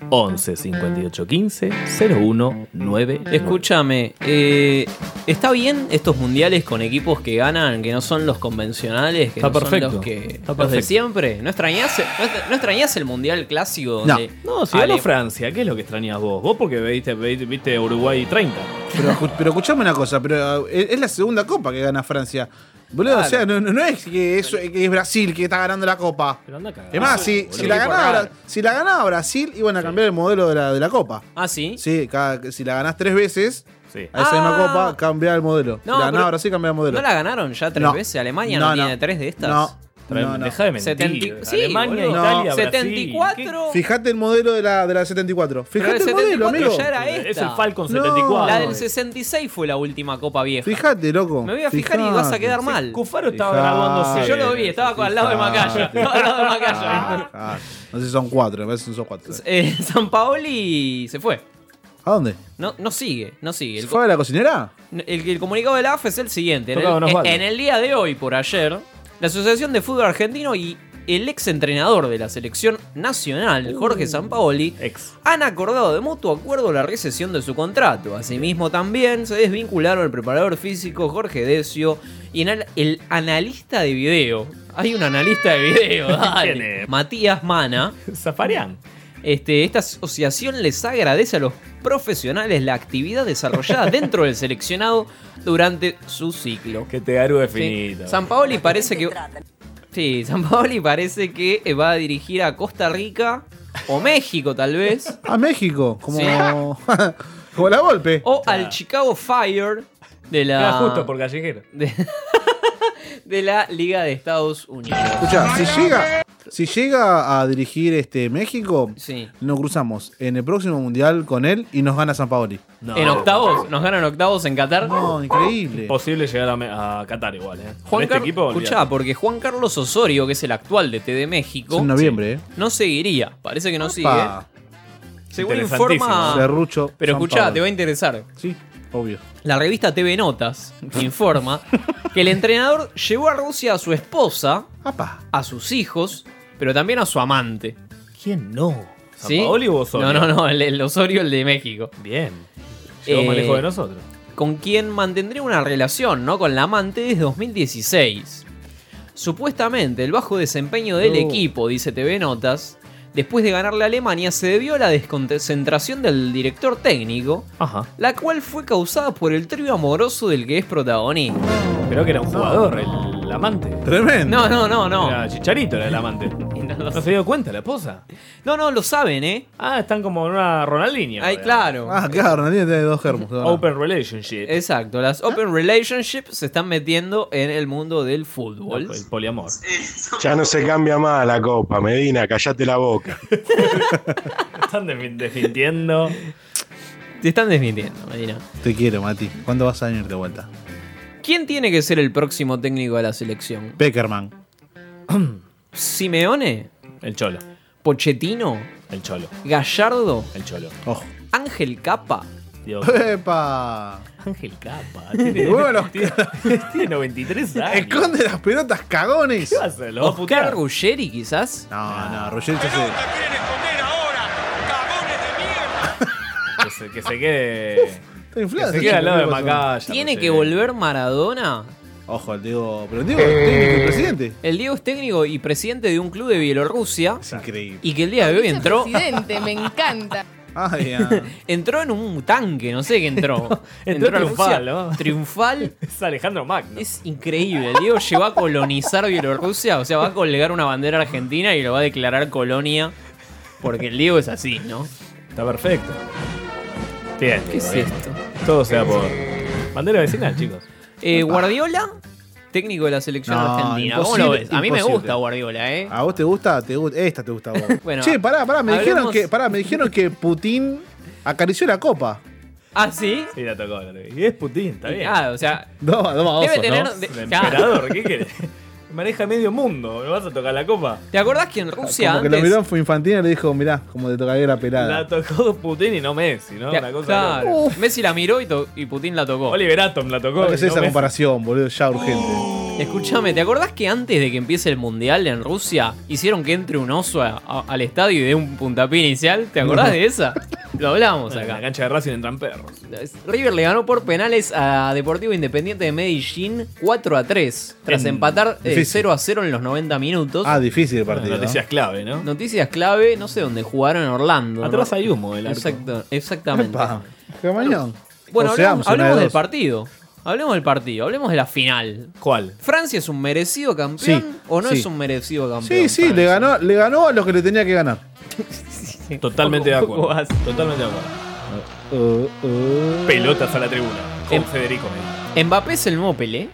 Speaker 6: 11 58 15 0199.
Speaker 4: Escúchame, eh, ¿está bien estos mundiales con equipos que ganan, que no son los convencionales, que
Speaker 6: Está
Speaker 4: no
Speaker 6: perfecto,
Speaker 4: son los que
Speaker 6: está
Speaker 4: los de
Speaker 6: perfecto.
Speaker 4: siempre? ¿No extrañás, no, extra- no extrañás el mundial clásico donde
Speaker 6: No, si ganó
Speaker 4: Ale-
Speaker 6: Francia, ¿qué es lo que extrañas vos? Vos porque viste, viste, viste Uruguay 30.
Speaker 5: Pero, ju- pero escuchame una cosa, pero eh, es la segunda copa que gana Francia. Boludo,
Speaker 6: Claro.
Speaker 5: o sea, no, no- no es que es, que es Brasil que está ganando la copa. Es más, si, si, la
Speaker 4: Sí,
Speaker 5: ganaba,
Speaker 4: por
Speaker 5: Bra- si la ganaba Brasil, iban a cambiar el modelo de la, de la copa.
Speaker 4: Ah, sí.
Speaker 5: Sí, cada- si la ganás tres veces,
Speaker 6: Sí.
Speaker 5: a esa misma
Speaker 4: Ah.
Speaker 5: copa, cambia el modelo.
Speaker 4: No,
Speaker 5: si la
Speaker 4: pero-
Speaker 5: ganaba Brasil, cambia el modelo.
Speaker 4: ¿No la ganaron ya tres
Speaker 5: No.
Speaker 4: veces? ¿Alemania no,
Speaker 5: No, no.
Speaker 4: tiene tres de estas?
Speaker 5: No, no, no.
Speaker 6: Deja de mentir.
Speaker 4: Setenta- sí,
Speaker 6: Alemania,
Speaker 4: boludo.
Speaker 6: Italia,
Speaker 4: No.
Speaker 6: Brasil.
Speaker 4: 74.
Speaker 5: Fijate el modelo de la, de la 74.
Speaker 4: Pero
Speaker 5: Fijate el, modelo,
Speaker 4: 74
Speaker 5: amigo.
Speaker 4: ya era esta.
Speaker 6: Es el Falcon
Speaker 5: No.
Speaker 6: 74.
Speaker 4: La del 66 fue la última Copa Vieja.
Speaker 5: Fijate, loco.
Speaker 4: Me voy a fijar y vas a quedar mal.
Speaker 6: Cufaro estaba
Speaker 5: Fijate.
Speaker 6: graduándose.
Speaker 4: Yo lo vi, estaba con- al lado de Macaya. Estaba al lado de Macaya.
Speaker 5: Ah, no sé si son cuatro, me parece que son cuatro.
Speaker 4: Eh, San Paoli se fue.
Speaker 5: ¿A dónde?
Speaker 4: No, no sigue, no sigue.
Speaker 5: ¿Se
Speaker 4: El,
Speaker 5: fue a la cocinera?
Speaker 4: el- el comunicado de la AFE es el siguiente. En
Speaker 5: Tocaba
Speaker 4: el, eh,
Speaker 5: Don Osvaldo.
Speaker 4: en el día de hoy, por ayer, la Asociación de Fútbol Argentino y el ex entrenador de la selección nacional,
Speaker 6: Uh.
Speaker 4: Jorge Sampaoli, han acordado de mutuo acuerdo la recesión de su contrato. Asimismo, también se desvincularon el preparador físico Jorge Decio y en el, el analista de video. Hay un analista de video, dale.
Speaker 6: ¿Quién es?
Speaker 4: Matías Mana.
Speaker 6: Zafarian.
Speaker 4: Este, esta asociación les agradece a los profesionales la actividad desarrollada dentro del seleccionado durante su ciclo.
Speaker 6: Que te garu
Speaker 4: Sí.
Speaker 6: definito.
Speaker 4: San Paoli parece que. Sí, San Paoli parece que eh, va a dirigir a Costa Rica o México, tal vez.
Speaker 5: A México, como,
Speaker 4: Sí.
Speaker 5: como la golpe.
Speaker 4: O al Chicago Fire de la.
Speaker 6: Era justo por callejero.
Speaker 4: De la Liga de Estados Unidos.
Speaker 5: Escucha, si llega, si llega a dirigir este México,
Speaker 4: Sí.
Speaker 5: nos cruzamos en el próximo mundial con él y nos gana San Paoli.
Speaker 4: En octavos, nos ganan octavos en Qatar.
Speaker 5: No, increíble.
Speaker 6: Posible llegar a Me- a, Qatar igual, ¿eh? Con
Speaker 4: Juan
Speaker 6: este
Speaker 4: Car-
Speaker 6: equipo,
Speaker 4: Escuchá, porque Juan Carlos Osorio, que es el actual DT de México,
Speaker 5: en noviembre, ¿eh?
Speaker 4: no seguiría. Parece que no
Speaker 5: Pa.
Speaker 4: sigue. Según informa.
Speaker 5: Cerrucho.
Speaker 4: Ah. Pero
Speaker 5: San
Speaker 4: escuchá,
Speaker 5: Paoli.
Speaker 4: te va a interesar.
Speaker 5: Sí, obvio.
Speaker 4: La revista TV Notas informa que el entrenador llevó a Rusia a su esposa, a sus hijos, pero también a su amante.
Speaker 6: ¿Quién no? ¿San
Speaker 4: ¿Sí?
Speaker 6: Paoli o Osorio?
Speaker 4: No, no, no, el, el Osorio, el de México. Eh,
Speaker 6: Bien. Llegó más lejos de nosotros.
Speaker 4: Con quien mantendría una relación, ¿no? Con la amante desde 2016. Supuestamente, el bajo desempeño del
Speaker 6: No.
Speaker 4: equipo, dice TV Notas, después de ganarle a Alemania, se debió a la desconcentración del director técnico,
Speaker 6: Ajá.
Speaker 4: la cual fue causada por el trío amoroso del que es protagonista.
Speaker 6: Creo que era un jugador, el, el amante.
Speaker 5: Tremendo.
Speaker 4: No, no, no, no.
Speaker 6: Era Chicharito era el amante.
Speaker 4: no,
Speaker 6: se dio cuenta la esposa.
Speaker 4: No, no, lo saben, ¿eh?
Speaker 6: Ah, están como en una Ronaldinho.
Speaker 4: Ay,
Speaker 6: ahora.
Speaker 4: claro.
Speaker 5: Ah, claro, nadie tiene dos germos.
Speaker 6: Open relationship.
Speaker 4: Exacto, las open relationships se están metiendo en el mundo del fútbol. El
Speaker 6: poliamor.
Speaker 9: Ya no se cambia más la copa, Medina, callate la boca.
Speaker 6: Están desmi- desmintiendo.
Speaker 4: Te están desmintiendo, Medina.
Speaker 5: Te quiero, Mati. ¿Cuándo vas a venir de vuelta?
Speaker 4: ¿Quién tiene que ser el próximo técnico de la selección?
Speaker 5: Peckerman.
Speaker 4: ¿Simeone?
Speaker 6: El Cholo.
Speaker 4: ¿Pochettino?
Speaker 6: El Cholo.
Speaker 4: ¿Gallardo?
Speaker 6: El Cholo.
Speaker 5: Ojo.
Speaker 4: ¿Ángel Capa?
Speaker 6: Diego.
Speaker 5: ¡Epa!
Speaker 6: Ángel Capa.
Speaker 5: Y bueno,
Speaker 6: tiene, tiene 93 años.
Speaker 5: Esconde las pelotas, cagones.
Speaker 6: ¿Qué va a hacer? ¿Lo va a putear?
Speaker 4: Ruggeri, quizás?
Speaker 5: No, no, Ruggeri ya se.
Speaker 6: Que se, que se quede.
Speaker 5: Está
Speaker 6: que
Speaker 5: inflado.
Speaker 6: se quede al lado de
Speaker 5: ¿Qué pasó?
Speaker 6: Macaya.
Speaker 4: ¿Tiene
Speaker 6: Ruggeri.
Speaker 4: que volver Maradona?
Speaker 5: Ojo, el Diego. Pero el Diego es técnico y presidente.
Speaker 4: El Diego es técnico y presidente de un club de Bielorrusia.
Speaker 5: Es increíble.
Speaker 4: Y que el día de hoy entró.
Speaker 14: Presidente, me encanta.
Speaker 5: Ay, ah.
Speaker 4: Entró en un tanque, no sé qué entró.
Speaker 6: Entró
Speaker 4: a
Speaker 6: triunfal,
Speaker 4: Rusia,
Speaker 6: ¿no?
Speaker 4: Triunfal.
Speaker 6: Es Alejandro Magno.
Speaker 4: Es increíble. El Diego llegó a colonizar Bielorrusia, o sea, va a colgar una bandera argentina y lo va a declarar colonia. Porque el Diego es así, ¿no?
Speaker 6: Está perfecto. Bien.
Speaker 4: ¿Qué es
Speaker 6: bien.
Speaker 4: esto?
Speaker 6: Todo sea por. Bandera vecinal, chicos.
Speaker 4: Eh, Guardiola, técnico de la selección
Speaker 5: No,
Speaker 4: argentina. ¿Cómo lo ves?
Speaker 5: imposible,
Speaker 4: A mí me
Speaker 5: imposible.
Speaker 4: gusta Guardiola, ¿eh?
Speaker 5: ¿A vos te gusta? Te gu- Esta te gusta a vos.
Speaker 4: Bueno,
Speaker 5: che, pará, pará, me dijeron
Speaker 4: hablemos-
Speaker 5: que. Pará, me dijeron que Putin acarició la copa.
Speaker 4: ¿Ah, sí?
Speaker 6: Sí, la tocó. la tocó. Y es Putin, está bien.
Speaker 4: Ah, o sea,
Speaker 5: No, no, no,
Speaker 4: Debe
Speaker 5: oso,
Speaker 4: tener-
Speaker 5: ¿no?
Speaker 4: de-
Speaker 6: El
Speaker 4: Claro.
Speaker 6: emperador, ¿qué querés? Maneja medio mundo, me vas a tocar la copa.
Speaker 4: ¿te acordás que en Rusia
Speaker 5: Como que lo
Speaker 4: antes.
Speaker 5: miró fue infantil y le dijo, mirá, como te tocaría la pelada.
Speaker 6: La tocó Putin y no Messi, ¿no?
Speaker 4: Te-
Speaker 6: Una cosa
Speaker 4: claro,
Speaker 6: loca.
Speaker 4: Messi la miró y, to- y Putin la tocó.
Speaker 6: Oliver Atom la tocó.
Speaker 5: No que
Speaker 6: y
Speaker 5: sea
Speaker 6: no
Speaker 5: esa
Speaker 6: Messi.
Speaker 5: comparación, boludo, ya urgente.
Speaker 4: Oh. Escúchame, ¿te acordás que antes de que empiece el mundial en Rusia hicieron que entre un oso a- a- al estadio y dé un puntapié inicial? ¿Te acordás
Speaker 6: No.
Speaker 4: de esa? Lo hablamos
Speaker 6: En la
Speaker 4: acá.
Speaker 6: cancha de Racing entran perros.
Speaker 4: River le ganó por penales a Deportivo Independiente de Medellín 4 a 3, tras
Speaker 6: En-
Speaker 4: empatar eh,
Speaker 5: difícil.
Speaker 4: 0 a 0 en los 90 minutos.
Speaker 5: Ah, difícil el partido.
Speaker 6: Noticias
Speaker 5: ¿no?
Speaker 6: clave, ¿no?
Speaker 4: Noticias clave, no sé dónde jugaron en Orlando.
Speaker 6: Atrás
Speaker 4: ¿no?
Speaker 6: hay humo del arco.
Speaker 4: Exacto, exactamente.
Speaker 5: Epa, qué mañón.
Speaker 4: Bueno,
Speaker 5: O sea,
Speaker 4: hablemos,
Speaker 5: una de
Speaker 4: hablemos del
Speaker 5: dos.
Speaker 4: partido. Hablemos del partido, hablemos de la final.
Speaker 6: ¿Cuál?
Speaker 4: ¿Francia es un merecido campeón
Speaker 5: Sí,
Speaker 4: o no
Speaker 5: sí.
Speaker 4: es un merecido campeón?
Speaker 5: Sí, sí, le ganó, le ganó a los que le tenía que ganar.
Speaker 6: Totalmente de
Speaker 4: Poco- poco
Speaker 6: acuerdo.
Speaker 4: más.
Speaker 6: Totalmente de acuerdo.
Speaker 4: Oh,
Speaker 5: Uh, uh.
Speaker 6: Pelotas a la tribuna. Con
Speaker 4: Em-
Speaker 6: Federico Medina.
Speaker 4: Mbappé es el nuevo Pelé.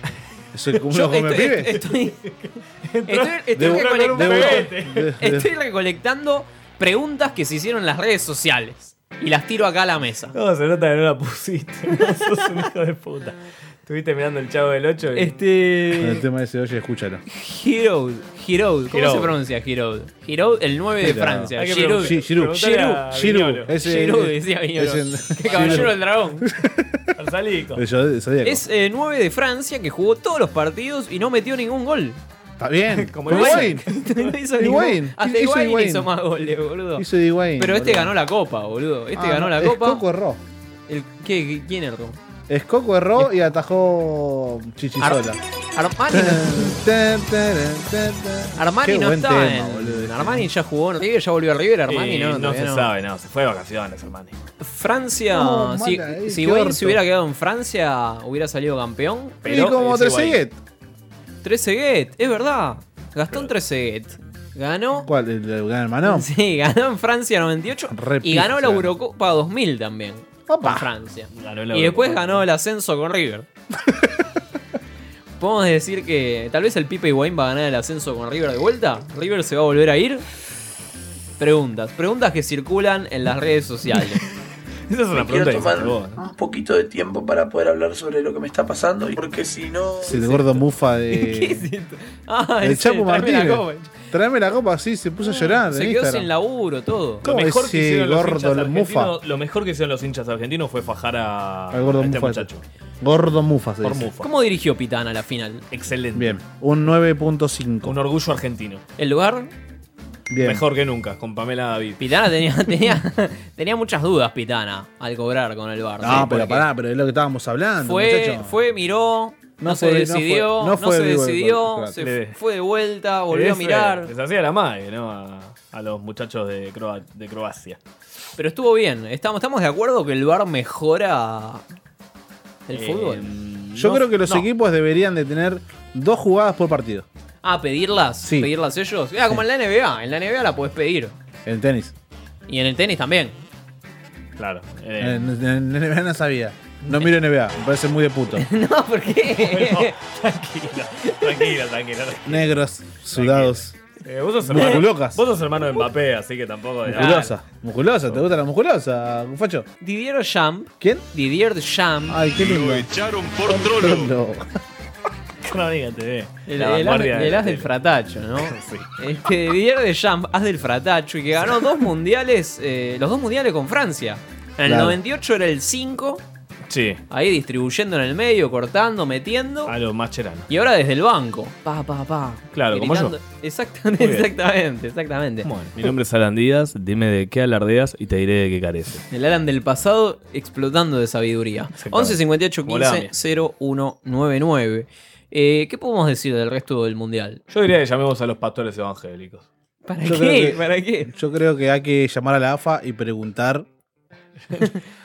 Speaker 5: Es el cúmulo
Speaker 4: Yo este-
Speaker 5: con el
Speaker 4: estoy,
Speaker 5: pibe.
Speaker 4: estoy- estoy- estoy
Speaker 5: Debu-
Speaker 4: recolectando,
Speaker 5: Debu-
Speaker 4: estoy recolectando preguntas que se hicieron en las redes sociales y las tiro acá a la mesa.
Speaker 6: No, se nota que no la pusiste. No, sos un hijo de puta. Estuviste mirando el chavo del 8 y...
Speaker 5: Con
Speaker 4: Este.
Speaker 5: el tema ese, oye, escúchalo.
Speaker 4: Giroud. Giroud. ¿Cómo
Speaker 6: Giroud.
Speaker 4: se pronuncia Giroud? Giroud, el 9 de
Speaker 5: Giroud.
Speaker 4: Francia.
Speaker 6: Hay que
Speaker 4: Giroud.
Speaker 5: Sí, Giroud.
Speaker 6: Preguntale a
Speaker 5: Giroud.
Speaker 6: Viñolo.
Speaker 5: Ese-
Speaker 4: Giroud, decía Viñolo.
Speaker 5: ese-
Speaker 4: El caballero del dragón.
Speaker 6: Arzalico.
Speaker 5: Yo sabía que-
Speaker 4: Es 9 de Francia que jugó todos los partidos y no metió ningún gol.
Speaker 5: Está bien.
Speaker 6: Como
Speaker 5: Fue
Speaker 6: el
Speaker 5: Wayne.
Speaker 4: No hizo
Speaker 5: Higuaín.
Speaker 4: ningún- Hasta
Speaker 5: Hizo
Speaker 4: Higuaín
Speaker 5: Higuaín.
Speaker 4: hizo más goles, boludo.
Speaker 5: Hizo de Wayne.
Speaker 4: Pero este
Speaker 5: boludo.
Speaker 4: ganó la copa, boludo. Este
Speaker 5: Ah,
Speaker 4: ganó
Speaker 5: no,
Speaker 4: la copa.
Speaker 5: Escoco erró.
Speaker 4: El- ¿qué, qué- quién erró?
Speaker 5: Escoco erró y atajó Chichisola.
Speaker 4: Armani, Armani
Speaker 5: Qué
Speaker 4: no
Speaker 5: buen
Speaker 4: está
Speaker 5: tema,
Speaker 4: en.
Speaker 5: boludo, este.
Speaker 4: Armani ya jugó en River, ya volvió a River. Armani
Speaker 6: Y
Speaker 4: no,
Speaker 6: Eh, no,
Speaker 4: todavía
Speaker 6: se
Speaker 4: no.
Speaker 6: sabe, no. Se fue de vacaciones, Armani.
Speaker 4: Francia.
Speaker 5: No,
Speaker 4: si
Speaker 5: mala, eh,
Speaker 4: si
Speaker 5: qué
Speaker 4: Higuaín
Speaker 5: orto.
Speaker 4: se hubiera quedado en Francia, hubiera salido campeón.
Speaker 5: Y
Speaker 6: Pero
Speaker 5: como
Speaker 6: es
Speaker 5: Trezeguet.
Speaker 4: Trezeguet, es verdad. Gastón Trezeguet. Ganó.
Speaker 5: ¿Cuál? ¿El, el gran hermano?
Speaker 4: Sí, ganó en Francia 98
Speaker 5: Re
Speaker 4: y
Speaker 5: pija,
Speaker 4: ganó la
Speaker 5: se ganó.
Speaker 4: Eurocopa 2000 también. Con Francia.
Speaker 6: Ganó la
Speaker 4: y después
Speaker 6: Eurocopa.
Speaker 4: ganó el ascenso con River. Podemos decir que tal vez el Pipe Higuaín va a ganar el ascenso con River de vuelta. River se va a volver a ir. Preguntas, preguntas que circulan en las redes sociales.
Speaker 6: Esa es una
Speaker 13: Me
Speaker 6: pregunta
Speaker 13: quiero
Speaker 6: que se
Speaker 13: tomar
Speaker 6: salvó, ¿no?
Speaker 13: un poquito de tiempo para poder hablar sobre lo que me está pasando, y porque si no...
Speaker 5: Es el gordo mufa
Speaker 4: ¿Qué es
Speaker 5: de.
Speaker 4: esto? Ah, es
Speaker 5: El
Speaker 4: él,
Speaker 5: Chapo
Speaker 4: tráeme la
Speaker 5: Martínez.
Speaker 4: copa.
Speaker 5: Tráeme la copa, sí, se puso a llorar.
Speaker 4: Se
Speaker 5: en
Speaker 4: quedó
Speaker 5: Instagram.
Speaker 4: sin laburo, todo.
Speaker 5: ¿Cómo
Speaker 6: lo mejor que
Speaker 5: ese
Speaker 6: hicieron los
Speaker 5: gordo
Speaker 6: hinchas
Speaker 5: del Mufa?
Speaker 6: argentinos, lo mejor que hicieron los hinchas argentinos fue fajar a,
Speaker 5: Al gordo
Speaker 6: a este
Speaker 5: mufa.
Speaker 6: muchacho.
Speaker 5: Gordo mufa, se
Speaker 6: Por
Speaker 5: dice.
Speaker 6: Mufa.
Speaker 4: ¿Cómo dirigió Pitana la final?
Speaker 6: Excelente.
Speaker 5: Bien, un 9.5.
Speaker 6: Un orgullo argentino.
Speaker 4: ¿El lugar?
Speaker 5: Bien.
Speaker 6: Mejor que nunca, con Pamela David.
Speaker 4: Pitana tenía, tenía, tenía muchas dudas, Pitana, al cobrar con el bar.
Speaker 5: No, pero pará, pero es lo que estábamos hablando.
Speaker 4: Fue,
Speaker 5: muchacho.
Speaker 4: fue, miró, no,
Speaker 5: No
Speaker 4: se
Speaker 5: fue- no
Speaker 4: decidió,
Speaker 5: fue-
Speaker 4: no,
Speaker 5: no fue
Speaker 4: se
Speaker 5: vivo el
Speaker 4: decidió,
Speaker 5: contrato.
Speaker 4: se
Speaker 6: Le-
Speaker 4: fue de vuelta, volvió a
Speaker 6: Ese
Speaker 4: mirar.
Speaker 6: Les hacía la madre, ¿no? A, a los muchachos de, Croa- de Croacia.
Speaker 4: Pero estuvo bien. Estamos, estamos de acuerdo que el bar mejora el
Speaker 6: Eh,
Speaker 4: fútbol.
Speaker 5: Yo
Speaker 6: no-
Speaker 5: creo que los
Speaker 6: no.
Speaker 5: equipos deberían de tener dos jugadas por partido
Speaker 4: Ah, pedirlas,
Speaker 5: Sí.
Speaker 4: pedirlas ellos. Ah, como en la NBA, en la NBA la podés pedir.
Speaker 5: en tenis.
Speaker 4: Y en el tenis también.
Speaker 6: Claro. eh,
Speaker 5: En, en- en NBA no sabía. No miro NBA, me parece muy de puto.
Speaker 4: No, ¿por qué?
Speaker 6: tranquilo, tranquilo, tranquilo. tranquilo.
Speaker 5: Negros, sudados.
Speaker 6: Eh, vos, sos hermano, vos
Speaker 5: Musculocas.
Speaker 6: sos hermano de Mbappé, así que tampoco.
Speaker 5: Musculosa.
Speaker 4: ah.
Speaker 5: Musculosa, ¿te gusta la musculosa, Facho?
Speaker 4: Didier Champ.
Speaker 5: ¿Quién?
Speaker 4: Didier Champ.
Speaker 5: Ay, qué lindo.
Speaker 9: echaron por trolo.
Speaker 5: Trolo.
Speaker 6: No, dígate, eh.
Speaker 4: El,
Speaker 6: La
Speaker 4: el as,
Speaker 6: vanguardia de
Speaker 4: el
Speaker 6: la
Speaker 4: as del
Speaker 6: tele.
Speaker 4: fratacho, ¿no?
Speaker 6: Sí.
Speaker 4: Este, Didier de Champ, as del fratacho, y que ganó dos mundiales, eh, los dos mundiales con Francia. En el
Speaker 5: Claro.
Speaker 4: 98 era el 5,
Speaker 6: Sí,
Speaker 4: ahí distribuyendo en el medio, cortando, metiendo.
Speaker 6: a los Mascherano.
Speaker 4: Y ahora desde el banco. Pa, pa, pa.
Speaker 6: Claro, como
Speaker 4: Gritando. Exactamente,
Speaker 6: Muy bien.
Speaker 4: exactamente, exactamente.
Speaker 6: Bueno, mi nombre es Alan Díaz, dime de qué alardeas y te diré de qué carece.
Speaker 4: El Alan del pasado explotando de sabiduría.
Speaker 6: Exactamente.
Speaker 4: 11 58
Speaker 6: Como la
Speaker 4: 15 0199. Eh, ¿Qué podemos decir del resto del mundial?
Speaker 6: Yo diría que llamemos a los pastores evangélicos.
Speaker 4: ¿Para
Speaker 5: Yo
Speaker 4: qué?
Speaker 5: creo que-
Speaker 4: ¿Para qué?
Speaker 5: Yo creo que hay que llamar a la AFA y preguntar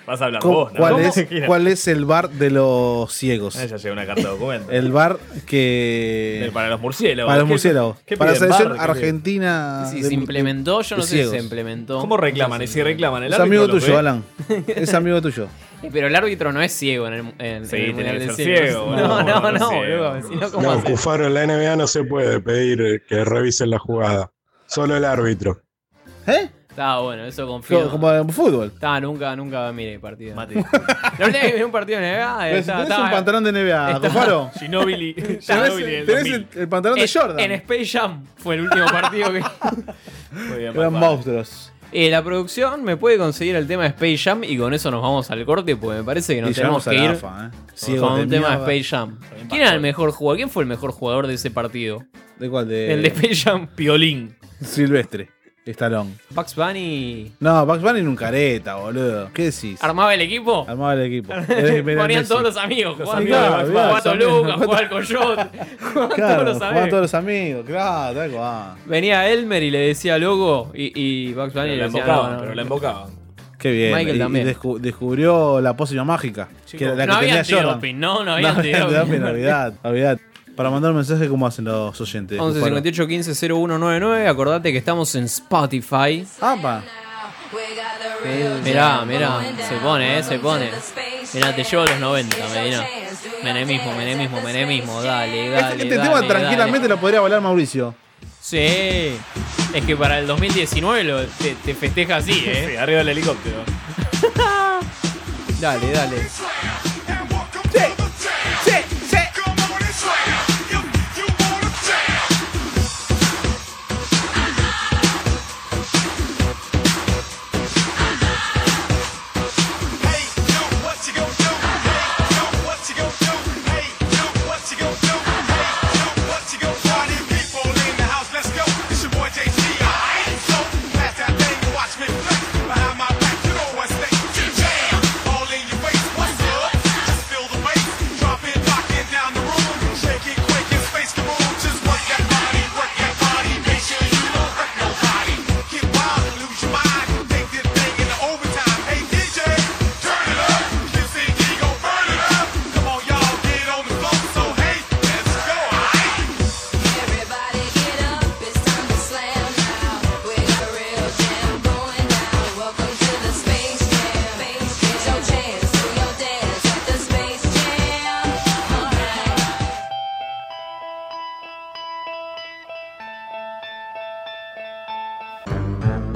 Speaker 6: Vas a hablar
Speaker 5: cómo-
Speaker 6: vos, ¿no?
Speaker 5: cuál,
Speaker 6: ¿Cómo?
Speaker 5: es, cuál es el bar de los ciegos.
Speaker 6: Ah, ya llegó una carta de documento.
Speaker 5: El bar
Speaker 6: Eh,
Speaker 5: que.
Speaker 6: Para los murciélagos.
Speaker 5: Para los
Speaker 6: ¿Qué-
Speaker 5: murciélagos.
Speaker 6: qué
Speaker 5: Para la
Speaker 6: piden?
Speaker 5: selección
Speaker 6: ¿Bar? ¿Qué piden?
Speaker 5: argentina.
Speaker 4: Si
Speaker 5: de-
Speaker 4: se implementó, yo no
Speaker 5: de
Speaker 4: sé si se
Speaker 5: ciegos.
Speaker 4: implementó.
Speaker 6: ¿Cómo reclaman? Y si reclaman el
Speaker 5: Es
Speaker 6: árbitro
Speaker 5: amigo
Speaker 6: los
Speaker 5: tuyo,
Speaker 6: ve.
Speaker 5: Alan. Es amigo tuyo.
Speaker 4: Eh, Pero el árbitro no es ciego en el, en- en
Speaker 6: Sí,
Speaker 4: el
Speaker 6: tiene
Speaker 4: Mundial
Speaker 6: que
Speaker 4: del
Speaker 6: ser
Speaker 4: Cielo.
Speaker 6: ciego,
Speaker 4: No,
Speaker 6: boludo,
Speaker 4: no,
Speaker 6: no pues.
Speaker 4: no,
Speaker 6: ciego.
Speaker 4: boludo, si no, ¿cómo
Speaker 9: No,
Speaker 4: hace?
Speaker 9: Cufaro, en la NBA no se puede pedir eh, que revisen la jugada. Solo el árbitro.
Speaker 4: Está bueno, eso
Speaker 5: Co-
Speaker 4: confío.
Speaker 5: Como en fútbol.
Speaker 4: Está, nunca, nunca miré partido. La última vez que miré un partido en NBA.
Speaker 5: Pero si tenés un pantalón de NBA, Cufaro.
Speaker 6: Ginobili.
Speaker 5: Tenés,
Speaker 4: Ginóbili del
Speaker 5: tenés el, el pantalón de Jordan.
Speaker 4: En Space Jam fue el último partido que.
Speaker 5: Eran monstruos.
Speaker 4: Eh, la producción me puede conseguir el tema de Space Jam y con eso nos vamos al corte porque me parece que nos
Speaker 5: Y
Speaker 4: tenemos
Speaker 5: llegamos
Speaker 4: que
Speaker 5: a la
Speaker 4: ir
Speaker 5: AFA, ¿eh? Ciegos
Speaker 4: con
Speaker 5: de
Speaker 4: un tema de
Speaker 5: mierda.
Speaker 4: Space Jam. ¿Quién era el mejor jugador? ¿Quién fue el mejor jugador de ese partido?
Speaker 5: ¿De cuál? De...
Speaker 4: El de Space Jam. Piolín.
Speaker 5: Eh, Silvestre. Estalón.
Speaker 4: Bugs Bunny
Speaker 5: No, Bugs Bunny en un careta, boludo. ¿Qué decís?
Speaker 4: armaba el equipo.
Speaker 5: Armaba el equipo.
Speaker 4: Ponían todos los amigos. Jugaban
Speaker 5: amigos de
Speaker 4: todos,
Speaker 5: Bugs
Speaker 4: jugaba
Speaker 5: Bunny.
Speaker 4: Toluca, jugaba el Coyote. Jugaban todos los
Speaker 5: Jugaban
Speaker 4: amigos.
Speaker 5: todos los amigos. Claro, tal cual.
Speaker 4: Venía Elmer y le decía loco y, y Bugs Bunny le
Speaker 6: la
Speaker 4: decía
Speaker 6: embocaban,
Speaker 4: no, no,
Speaker 6: pero
Speaker 4: no.
Speaker 6: la embocaban.
Speaker 5: Qué bien.
Speaker 4: Michael
Speaker 5: y,
Speaker 4: también.
Speaker 5: y descu- descubrió la pócima mágica. Que era la
Speaker 4: no
Speaker 5: que
Speaker 4: había
Speaker 5: tenía Jordan.
Speaker 4: antidoping, no, no había antidoping.
Speaker 5: antidoping, olvidad, olvidad. Para mandar un mensaje, ¿cómo hacen los oyentes?
Speaker 4: 11 58 15 0199. Acordate que estamos en Spotify.
Speaker 5: ¡Apa!
Speaker 4: Mirá, mirá, se pone, eh, se pone. Mirá, te llevo a los 90, Medina. Menemismo, menemismo, menemismo, dale, dale.
Speaker 5: Este
Speaker 4: dale,
Speaker 5: tema
Speaker 4: dale.
Speaker 5: tranquilamente lo podría hablar Mauricio.
Speaker 4: Sí, es que para el 2019 lo, te, te festeja así, eh.
Speaker 6: Sí, arriba del helicóptero.
Speaker 4: dale, dale.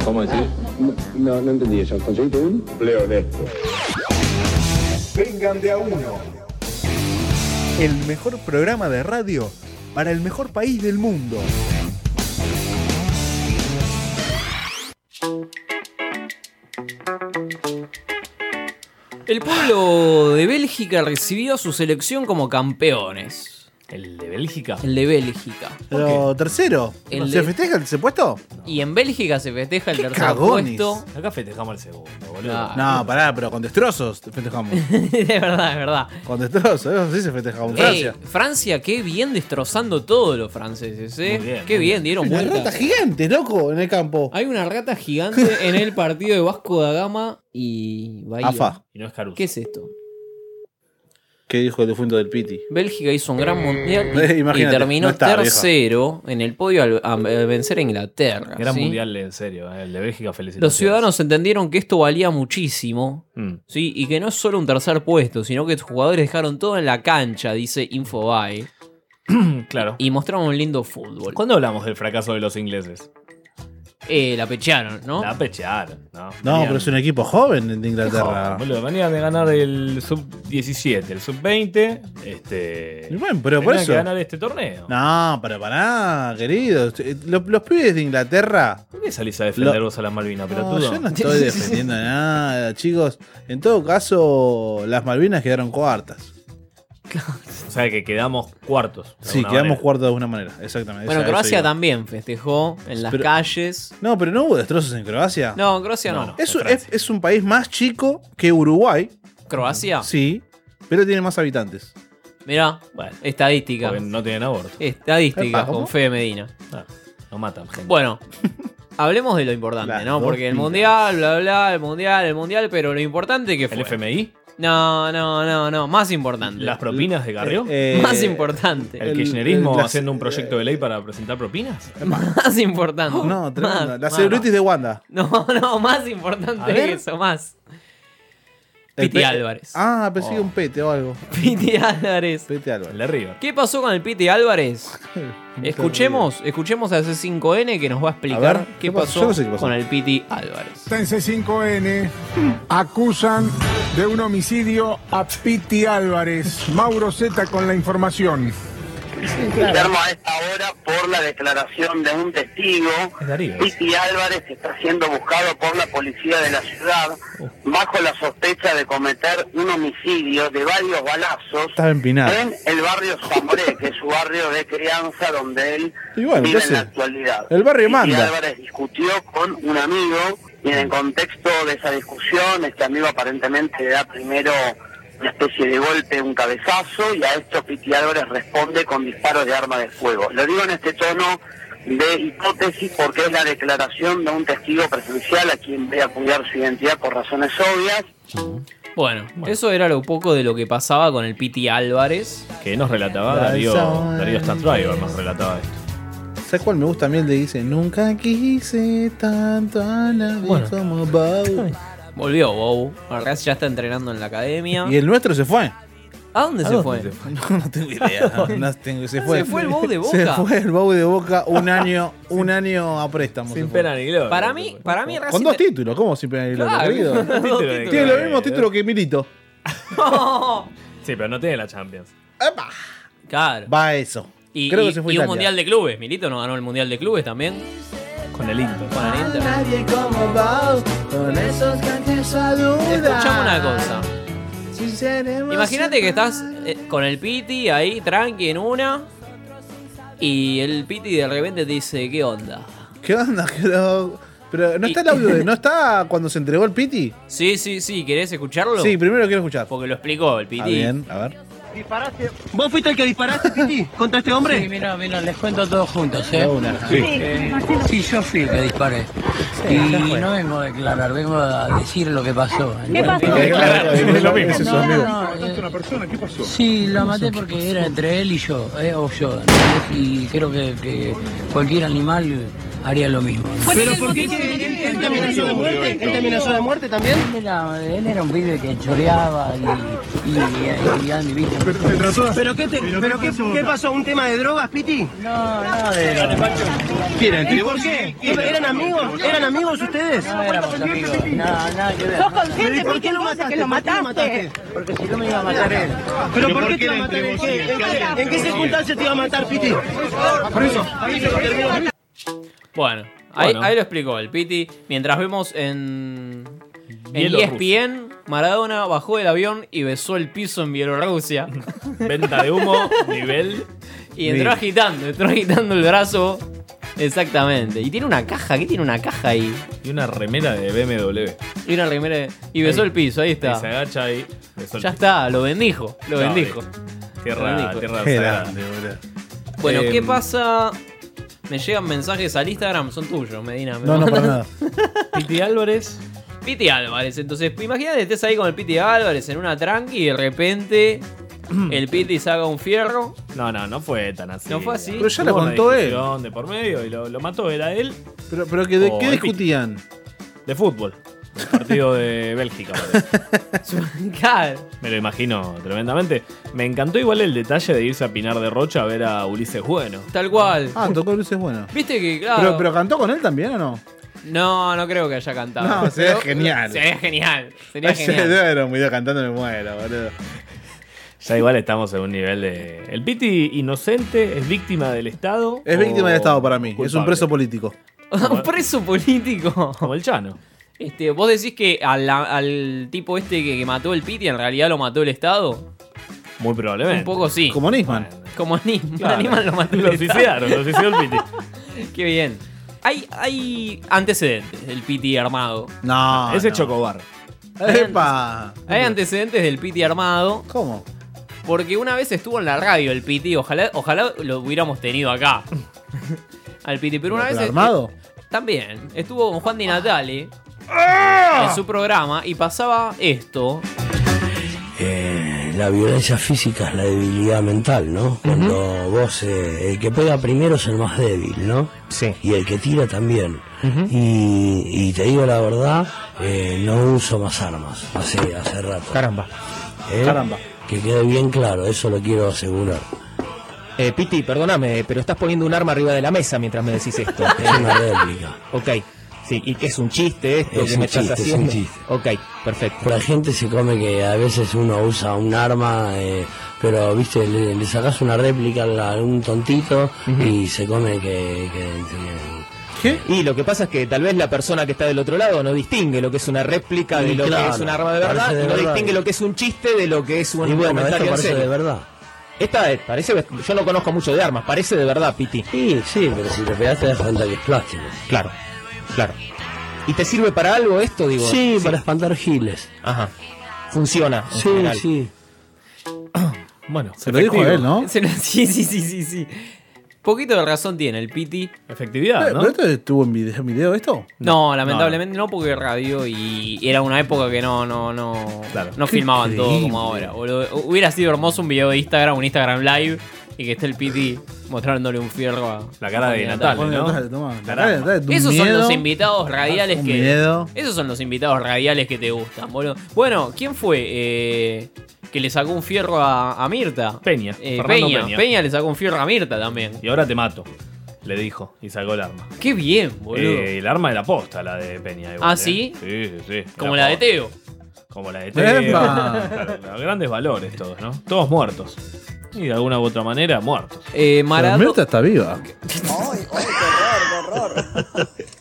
Speaker 14: ¿Cómo decir? No, no entendí eso. ¿Conseguiste un? Empleo honesto.
Speaker 2: Vengan de a uno.
Speaker 1: El mejor programa de radio para el mejor país del mundo.
Speaker 4: El pueblo de Bélgica recibió a su selección como campeones.
Speaker 6: ¿El de Bélgica?
Speaker 4: El de Bélgica.
Speaker 5: Pero tercero.
Speaker 4: El
Speaker 5: ¿Se
Speaker 4: de-
Speaker 5: festeja el puesto?
Speaker 4: Y en Bélgica se festeja el tercer
Speaker 5: cagones.
Speaker 4: puesto.
Speaker 6: Acá festejamos el segundo, boludo.
Speaker 4: Ah.
Speaker 5: No, pará, pero con destrozos festejamos.
Speaker 4: de verdad, es verdad.
Speaker 5: con destrozos, eso sí se festeja con Francia.
Speaker 4: Ey, Eh, Francia, qué bien destrozando todos los franceses, ¿eh? qué bien, dieron
Speaker 5: Una
Speaker 4: vuelta.
Speaker 5: rata gigante, loco, en el campo.
Speaker 4: Hay una rata gigante en el partido de Vasco da Gama y Bahía.
Speaker 5: Afa.
Speaker 6: Y no es Caruso.
Speaker 4: ¿Qué es esto?
Speaker 5: ¿Qué dijo el defunto del Piti?
Speaker 4: Bélgica hizo un gran mundial
Speaker 5: Eh,
Speaker 4: y, y
Speaker 5: imagínate,
Speaker 4: terminó
Speaker 5: no está, vieja.
Speaker 4: tercero en el podio al, a- a vencer a Inglaterra.
Speaker 6: Gran
Speaker 4: ¿sí?
Speaker 6: mundial, en serio. eh, El de Bélgica,
Speaker 4: Los
Speaker 6: felicitaciones.
Speaker 4: ciudadanos entendieron que esto valía muchísimo,
Speaker 6: Mm.
Speaker 4: ¿sí? Y que no es solo un tercer puesto, sino que los jugadores dejaron todo en la cancha, dice Infobae.
Speaker 6: claro.
Speaker 4: Y mostraron un lindo fútbol.
Speaker 6: ¿Cuándo hablamos del fracaso de los ingleses?
Speaker 4: Eh, la pechearon, ¿no?
Speaker 6: La pechearon, ¿no?
Speaker 5: No,
Speaker 6: Venían-
Speaker 5: pero es un equipo joven de
Speaker 6: Joder,
Speaker 5: Inglaterra.
Speaker 6: boludo, venían de ganar el sub-17, el sub-20. Este,
Speaker 5: Y bueno, pero por
Speaker 6: tenían
Speaker 5: eso-
Speaker 6: que ganar este torneo.
Speaker 5: No, pero pará, querido. Eh, Los, los pibes de Inglaterra.
Speaker 6: ¿Por qué salís a defender
Speaker 5: Lo-
Speaker 6: vos a las Malvinas,
Speaker 5: No,
Speaker 6: pelotudo?
Speaker 5: yo no estoy defendiendo nada, chicos. En todo caso, las Malvinas quedaron cuartas.
Speaker 6: O sea, que quedamos cuartos. de
Speaker 5: Sí,
Speaker 6: alguna
Speaker 5: quedamos
Speaker 6: manera.
Speaker 5: cuartas de alguna manera, exactamente.
Speaker 4: Bueno,
Speaker 5: Esa- eso
Speaker 4: Croacia
Speaker 5: iba.
Speaker 4: también festejó en las
Speaker 5: Pero-
Speaker 4: calles.
Speaker 5: No, pero no hubo destrozos en Croacia.
Speaker 4: No, Croacia no.
Speaker 5: Es, un- es- es un país más chico que Uruguay,
Speaker 4: Croacia,
Speaker 5: sí, pero tiene más habitantes.
Speaker 4: mirá, estadística.
Speaker 6: Porque no tienen aborto.
Speaker 4: Estadística
Speaker 5: Epa, ¿cómo?
Speaker 4: con Fede Medina.
Speaker 6: No, no Ah, matan gente.
Speaker 4: Bueno, hablemos de lo importante, ¿no?
Speaker 6: dos
Speaker 4: Porque el
Speaker 6: pilas.
Speaker 4: mundial, bla, bla, el mundial, el mundial, pero lo importante que fue.
Speaker 6: ¿El FMI?
Speaker 4: No, no, no, no. Más importante.
Speaker 6: ¿Las propinas de Carrió?
Speaker 5: Eh,
Speaker 4: Más importante.
Speaker 6: ¿El kirchnerismo
Speaker 5: el- la-
Speaker 6: haciendo un proyecto de ley para presentar propinas?
Speaker 4: Más importante.
Speaker 5: No, tremendo.
Speaker 4: Más,
Speaker 5: La
Speaker 4: más.
Speaker 5: celulitis de Wanda.
Speaker 4: No, no, más
Speaker 6: A
Speaker 4: importante
Speaker 6: ver.
Speaker 4: que eso, más.
Speaker 5: El
Speaker 4: Piti
Speaker 5: pe-
Speaker 4: Álvarez.
Speaker 5: Ah, pensé que
Speaker 4: Oh.
Speaker 5: un pete o algo.
Speaker 4: Piti Álvarez.
Speaker 5: Pete Álvarez.
Speaker 6: Le río.
Speaker 4: ¿Qué pasó con el Piti Álvarez? Escuchemos, escuchemos a C5N que nos va a explicar
Speaker 15: ver,
Speaker 4: qué,
Speaker 15: ¿qué pasó?
Speaker 4: pasó,
Speaker 15: Yo no sé qué pasó.
Speaker 4: con el Piti Álvarez.
Speaker 15: En C5N acusan de un homicidio a Piti Álvarez. Mauro Zeta con la información.
Speaker 16: Guillermo, a esta hora, por la declaración de un testigo, Piti Álvarez está siendo buscado por la policía de la ciudad bajo la sospecha de cometer un homicidio de varios balazos
Speaker 5: Estaba empinado.
Speaker 16: en el barrio Zamoré, que es su barrio de crianza donde él
Speaker 5: Y bueno,
Speaker 16: vive
Speaker 5: ¿qué
Speaker 16: en la
Speaker 5: hace?
Speaker 16: actualidad.
Speaker 5: El barrio
Speaker 16: Piti
Speaker 5: manda.
Speaker 16: Álvarez discutió con un amigo y en el contexto de esa discusión, este amigo aparentemente le da primero una especie de golpe, un cabezazo, y a esto Piti Álvarez responde con disparos de arma de fuego. Lo digo en este tono de hipótesis porque es la declaración de un testigo presencial a quien voy a cuidar su identidad por razones obvias.
Speaker 4: Bueno, eso era lo poco de lo que pasaba con el Piti Álvarez.
Speaker 6: Que nos relataba
Speaker 5: Darío- Darío Stantriver,
Speaker 6: nos relataba esto.
Speaker 5: ¿Sabes cuál me gusta a mí? El de dice, nunca quise tanto a nadie
Speaker 4: Bueno.
Speaker 5: como Bau.
Speaker 4: Volvió Bow. Arras ya está entrenando en la academia.
Speaker 5: Y el nuestro se fue.
Speaker 4: ¿A dónde
Speaker 5: ¿A
Speaker 4: se
Speaker 5: dónde
Speaker 4: fue?
Speaker 5: se No, no tengo idea. No tengo- se,
Speaker 4: Ah,
Speaker 5: fue.
Speaker 4: se fue el Bau de
Speaker 5: Se
Speaker 4: Boca.
Speaker 5: fue el Bau de Boca un año, un año a préstamo. se fue.
Speaker 6: ni gloria.
Speaker 4: Para mí, para mí
Speaker 5: Con
Speaker 4: Racing.
Speaker 5: dos títulos, ¿cómo sin pena ni gloria,
Speaker 6: Claro,
Speaker 5: querido?
Speaker 6: dos títulos de
Speaker 5: Tiene
Speaker 6: gloria,
Speaker 5: los mismos títulos que Milito.
Speaker 6: Sí, pero no tiene la Champions.
Speaker 4: Claro.
Speaker 5: Va a este. eso.
Speaker 4: Y,
Speaker 5: Creo
Speaker 4: y-
Speaker 5: que se fue
Speaker 4: y un
Speaker 5: Italia.
Speaker 4: mundial de clubes. Milito no ganó el mundial de clubes también.
Speaker 6: Con el Inter.
Speaker 4: Con el Inter.
Speaker 13: Nadie como vos, con esos grandes saludos.
Speaker 4: Escuchame una cosa.
Speaker 13: Si seremos
Speaker 4: Imagínate que estás eh, con el Piti ahí, tranqui en una. Y el Piti de repente te dice, ¿qué onda?
Speaker 5: ¿Qué onda? ¿Qué lo- Pero no está el audio, de- no está cuando se entregó el Piti.
Speaker 4: Sí, sí, sí, ¿querés escucharlo?
Speaker 5: Sí, primero quiero escuchar.
Speaker 4: Porque lo explicó el
Speaker 5: Ah,
Speaker 4: Piti.
Speaker 5: bien, a ver.
Speaker 17: ¿Disparaste? ¿Vos fuiste el que disparaste, Piti, contra este hombre? Sí, mira, mira, les cuento todos juntos, ¿eh?
Speaker 13: Sí.
Speaker 17: Eh, sí, yo fui el que disparé.
Speaker 13: Sí, ya
Speaker 17: y
Speaker 13: fue.
Speaker 17: no vengo a declarar, vengo a decir lo que pasó.
Speaker 13: ¿Qué
Speaker 17: Bueno,
Speaker 13: pasó?
Speaker 17: tengo que aclarar.
Speaker 13: Es lo mismo.
Speaker 17: No,
Speaker 13: Ese es su
Speaker 17: no,
Speaker 13: amigo.
Speaker 17: no, eh, Sí, la maté porque era entre él y yo, eh, o yo. ¿entendés? Y creo que, que cualquier animal haría lo mismo.
Speaker 13: ¿Pero por qué? ¿Él te amenazó de muerte? ¿Él te amenazó de muerte también?
Speaker 17: Mira, él era un pibe que choreaba y, y, y, y- y- y-
Speaker 13: ¿Pero qué, te, pero qué, qué pasó? ¿Un tema de drogas, Piti? No, no, de ¿Y por qué? ¿Eran amigos? ¿Eran amigos ustedes? No éramos amigos, nada, nada que ver.
Speaker 18: Sos consciente,
Speaker 13: ¿Y por
Speaker 18: Piti,
Speaker 13: qué lo
Speaker 18: entonces,
Speaker 13: mataste?
Speaker 18: que lo
Speaker 13: ¿Por qué
Speaker 18: mataste?
Speaker 13: Porque si no me iba a matar él. ¿Pero por qué te iba a matar él? ¿En qué- ¿En qué circunstancias te iba a matar, Piti? Por eso, ahí se lo terminó.
Speaker 4: Bueno, ahí,
Speaker 6: Bueno.
Speaker 4: ahí lo explicó el Piti. Mientras vemos en, en E
Speaker 6: Bielorrusia.
Speaker 4: ESPN, Maradona bajó del avión y besó el piso en Bielorrusia.
Speaker 6: Venta de humo, nivel.
Speaker 4: Y entró
Speaker 6: Mil.
Speaker 4: agitando, entró agitando el brazo. Exactamente. Y tiene una caja, ¿qué tiene una caja ahí?
Speaker 6: Y una remera de BMW.
Speaker 4: Y una remera de- Y besó
Speaker 6: Ahí.
Speaker 4: el piso, ahí está.
Speaker 6: Ahí se agacha ahí. besó el
Speaker 4: ya
Speaker 6: piso.
Speaker 4: está, lo bendijo, lo
Speaker 6: No,
Speaker 4: bendijo.
Speaker 6: eh,
Speaker 4: Lo
Speaker 6: Tierra,
Speaker 4: bendijo.
Speaker 6: tierra
Speaker 5: Qué
Speaker 6: sagrada.
Speaker 5: grande,
Speaker 4: Bueno,
Speaker 6: Eh,
Speaker 4: ¿qué
Speaker 5: Em,
Speaker 4: pasa? Me llegan mensajes al Instagram, son tuyos, Medina. me
Speaker 5: No, no,
Speaker 4: mandan-
Speaker 5: para nada.
Speaker 6: Piti Álvarez.
Speaker 4: Piti Álvarez, entonces, pues, imagínate, estés ahí con el Piti Álvarez en una tranqui y de repente el Piti saca un fierro.
Speaker 6: No, no, no fue tan así.
Speaker 4: No fue así.
Speaker 5: Pero ya la
Speaker 6: Hubo una
Speaker 5: contó él.
Speaker 6: discusión De por medio y lo, lo mató, era él.
Speaker 5: Pero, pero que, ¿de
Speaker 6: Oh,
Speaker 5: qué
Speaker 6: el
Speaker 5: discutían?
Speaker 6: De fútbol. El partido de Bélgica. parece. Me lo imagino tremendamente. Me encantó igual el detalle de irse a Pinar de Rocha a ver a Ulises Bueno.
Speaker 4: Tal cual.
Speaker 5: Ah, tocó luces bueno.
Speaker 4: Viste que, claro.
Speaker 5: Pero, pero cantó con él también o no?
Speaker 4: No, no creo que haya cantado.
Speaker 5: No, sería
Speaker 4: Pero-
Speaker 5: genial.
Speaker 4: Sería genial. Sería
Speaker 5: Ese
Speaker 4: genial.
Speaker 5: video era un video cantando me muero, boludo.
Speaker 6: Ya igual estamos en un nivel de. El Piti inocente es víctima del Estado.
Speaker 5: Es
Speaker 6: o
Speaker 5: víctima del Estado para mí. Es un
Speaker 6: culpable?
Speaker 5: preso político.
Speaker 4: un preso político.
Speaker 6: Como el Chano.
Speaker 4: Este, ¿Vos decís que a la- al tipo este que, que mató el Piti en realidad lo mató el Estado?
Speaker 6: Muy probablemente.
Speaker 4: Un poco sí.
Speaker 5: Como Nisman.
Speaker 4: Como Nisman.
Speaker 6: Claro.
Speaker 4: Nisman lo mató el
Speaker 6: Lo
Speaker 4: Estado.
Speaker 6: suicidaron, lo suicidó el Piti.
Speaker 4: Qué bien. Hay, hay antecedentes del Piti armado.
Speaker 5: No.
Speaker 6: Ese
Speaker 5: no.
Speaker 6: Chocobar.
Speaker 5: ¡Epa!
Speaker 4: Hay antecedentes del Piti armado.
Speaker 5: ¿Cómo?
Speaker 4: Porque una vez estuvo en la radio el Piti. Ojalá, ojalá lo hubiéramos tenido acá. Al Piti. Pero una
Speaker 5: ¿Pero
Speaker 4: vez.
Speaker 5: armado?
Speaker 4: También. Estuvo con Juan Di
Speaker 19: Ah.
Speaker 4: Natale. En su programa. Y pasaba esto.
Speaker 13: Eh,
Speaker 18: la violencia física es la debilidad mental, ¿no? Cuando vos, eh, el que pega primero es el más débil, ¿no? Sí. Y el que tira también. y, y te digo la verdad, eh, no uso más armas, hace, hace rato. Caramba.
Speaker 19: Caramba.
Speaker 18: Que quede bien claro, eso lo quiero asegurar.
Speaker 19: Eh, Piti, perdóname, pero estás poniendo un arma arriba de la mesa mientras me decís esto.
Speaker 18: Es una réplica.
Speaker 19: Ok. Sí, y que es un chiste esto
Speaker 18: Es
Speaker 19: que
Speaker 18: un
Speaker 19: me estás
Speaker 18: chiste, es
Speaker 19: haciendo.
Speaker 18: un chiste.
Speaker 19: Ok, perfecto.
Speaker 18: La gente se come que a veces uno usa un arma, eh, pero viste, le, le sacas una réplica a algún tontito y se come que.
Speaker 19: Y lo que pasa es que tal vez la persona que está del otro lado no distingue lo que es una réplica de
Speaker 18: Y
Speaker 19: lo que
Speaker 18: claro,
Speaker 19: es un arma de
Speaker 18: parece
Speaker 19: verdad,
Speaker 18: de
Speaker 19: y no
Speaker 18: verdad.
Speaker 19: distingue lo que es un chiste de lo que es un
Speaker 18: y bueno, esto
Speaker 19: comentario en
Speaker 18: parece
Speaker 19: serio.
Speaker 18: de verdad.
Speaker 19: Esta es- parece, yo no conozco mucho de armas, parece de verdad, Piti.
Speaker 18: Sí, sí, pero si te pegas te das cuenta que es plástico.
Speaker 19: Claro, claro. ¿Y te sirve para algo esto, digo?
Speaker 18: Sí, para espantar giles.
Speaker 19: Ajá. Funciona. en
Speaker 18: Sí,
Speaker 19: general.
Speaker 18: sí.
Speaker 6: Bueno,
Speaker 5: Se lo dijo
Speaker 4: efectivo.
Speaker 5: él, ¿no?
Speaker 4: Se lo- sí, sí, sí, sí, sí. Poquito de razón tiene el Piti.
Speaker 6: Efectividad,
Speaker 5: ¿Pero esto estuvo en video, en video esto?
Speaker 4: No, lamentablemente no, porque radio y era una época que no, no, no, no filmaban todo como ahora. boludo. Hubiera sido hermoso un video de Instagram, un Instagram live y que esté el Piti mostrándole un fierro a
Speaker 6: La cara de
Speaker 4: a
Speaker 6: Natale,
Speaker 4: Natale.
Speaker 6: ¿no?
Speaker 5: Natale, toma.
Speaker 4: Caramba.
Speaker 5: Natale, Natale, de un
Speaker 4: Esos son
Speaker 5: miedo.
Speaker 4: los invitados radiales
Speaker 5: Un
Speaker 4: que.
Speaker 5: miedo.
Speaker 4: Esos son los invitados radiales que te gustan, boludo. Bueno, ¿quién fue eh, que le sacó un fierro a, a Mirta?
Speaker 6: Peña.
Speaker 4: Eh,
Speaker 6: Fernando
Speaker 4: Peña.
Speaker 6: Peña.
Speaker 4: Peña le sacó un fierro a Mirta también.
Speaker 6: Y ahora te mato, le dijo, y sacó el arma.
Speaker 4: Qué bien, boludo.
Speaker 6: Eh, el arma de la posta, la de Peña. igual,
Speaker 4: ¿Ah,
Speaker 6: ¿eh?
Speaker 4: sí?
Speaker 6: Sí, sí, sí.
Speaker 4: Como la de
Speaker 6: posta.
Speaker 4: Teo.
Speaker 6: Como la de Teo.
Speaker 4: ¡Epa!
Speaker 6: Claro, claro, grandes valores todos, ¿no? Todos muertos. Y de alguna u otra manera, muertos.
Speaker 4: Eh,
Speaker 5: Pero Mirta está viva.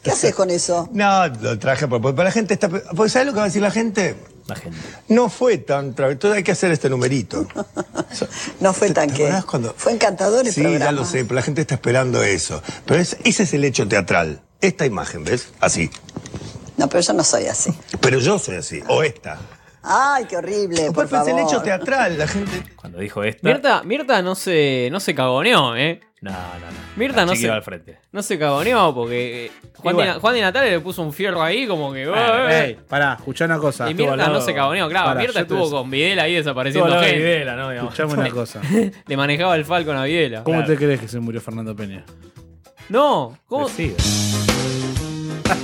Speaker 20: ¿Qué haces con eso? No, lo traje por- porque para la gente está. Porque ¿sabes lo que va a decir la gente? La gente. No fue tan tra- Entonces hay que hacer este numerito. no fue tan que. Fue encantador
Speaker 14: el
Speaker 20: sí, ya
Speaker 14: programa.
Speaker 20: lo sé, pero la gente está esperando eso. Pero es- ese es el hecho teatral. Esta imagen, ¿ves? Así.
Speaker 21: No, pero yo no soy así.
Speaker 20: Pero yo soy así. O esta. Ah.
Speaker 21: Ay, qué horrible. Por
Speaker 20: Fue el
Speaker 21: favor.
Speaker 20: hecho teatral. La gente.
Speaker 6: Cuando dijo este, esto.
Speaker 4: Mirta, Mirta no se, no se cagoneó, ¿eh?
Speaker 6: No, no, no.
Speaker 4: Mirta
Speaker 6: La
Speaker 4: no
Speaker 6: chiqui
Speaker 4: se,
Speaker 6: va al frente.
Speaker 4: no se cagoneó porque eh, Juan,
Speaker 5: Y
Speaker 4: de
Speaker 5: bueno.
Speaker 4: Juan de Natale le puso un fierro ahí como que...
Speaker 5: Bueno,
Speaker 4: "Eh,
Speaker 5: ey, pará, escuchá una cosa.
Speaker 4: Y Mirta no se cagoneó, claro.
Speaker 5: Pará,
Speaker 4: Mirta
Speaker 5: yo te
Speaker 4: estuvo
Speaker 5: des-
Speaker 4: con Videla ahí desapareciendo
Speaker 5: Estuvo al lado
Speaker 4: gente.
Speaker 5: de Videla, ¿no? Digamos. Escuchame una
Speaker 4: Le-
Speaker 5: cosa.
Speaker 4: Le manejaba el Falcon a Videla.
Speaker 5: ¿Cómo
Speaker 4: Claro.
Speaker 5: te crees que se murió Fernando Peña?
Speaker 4: No, ¿cómo?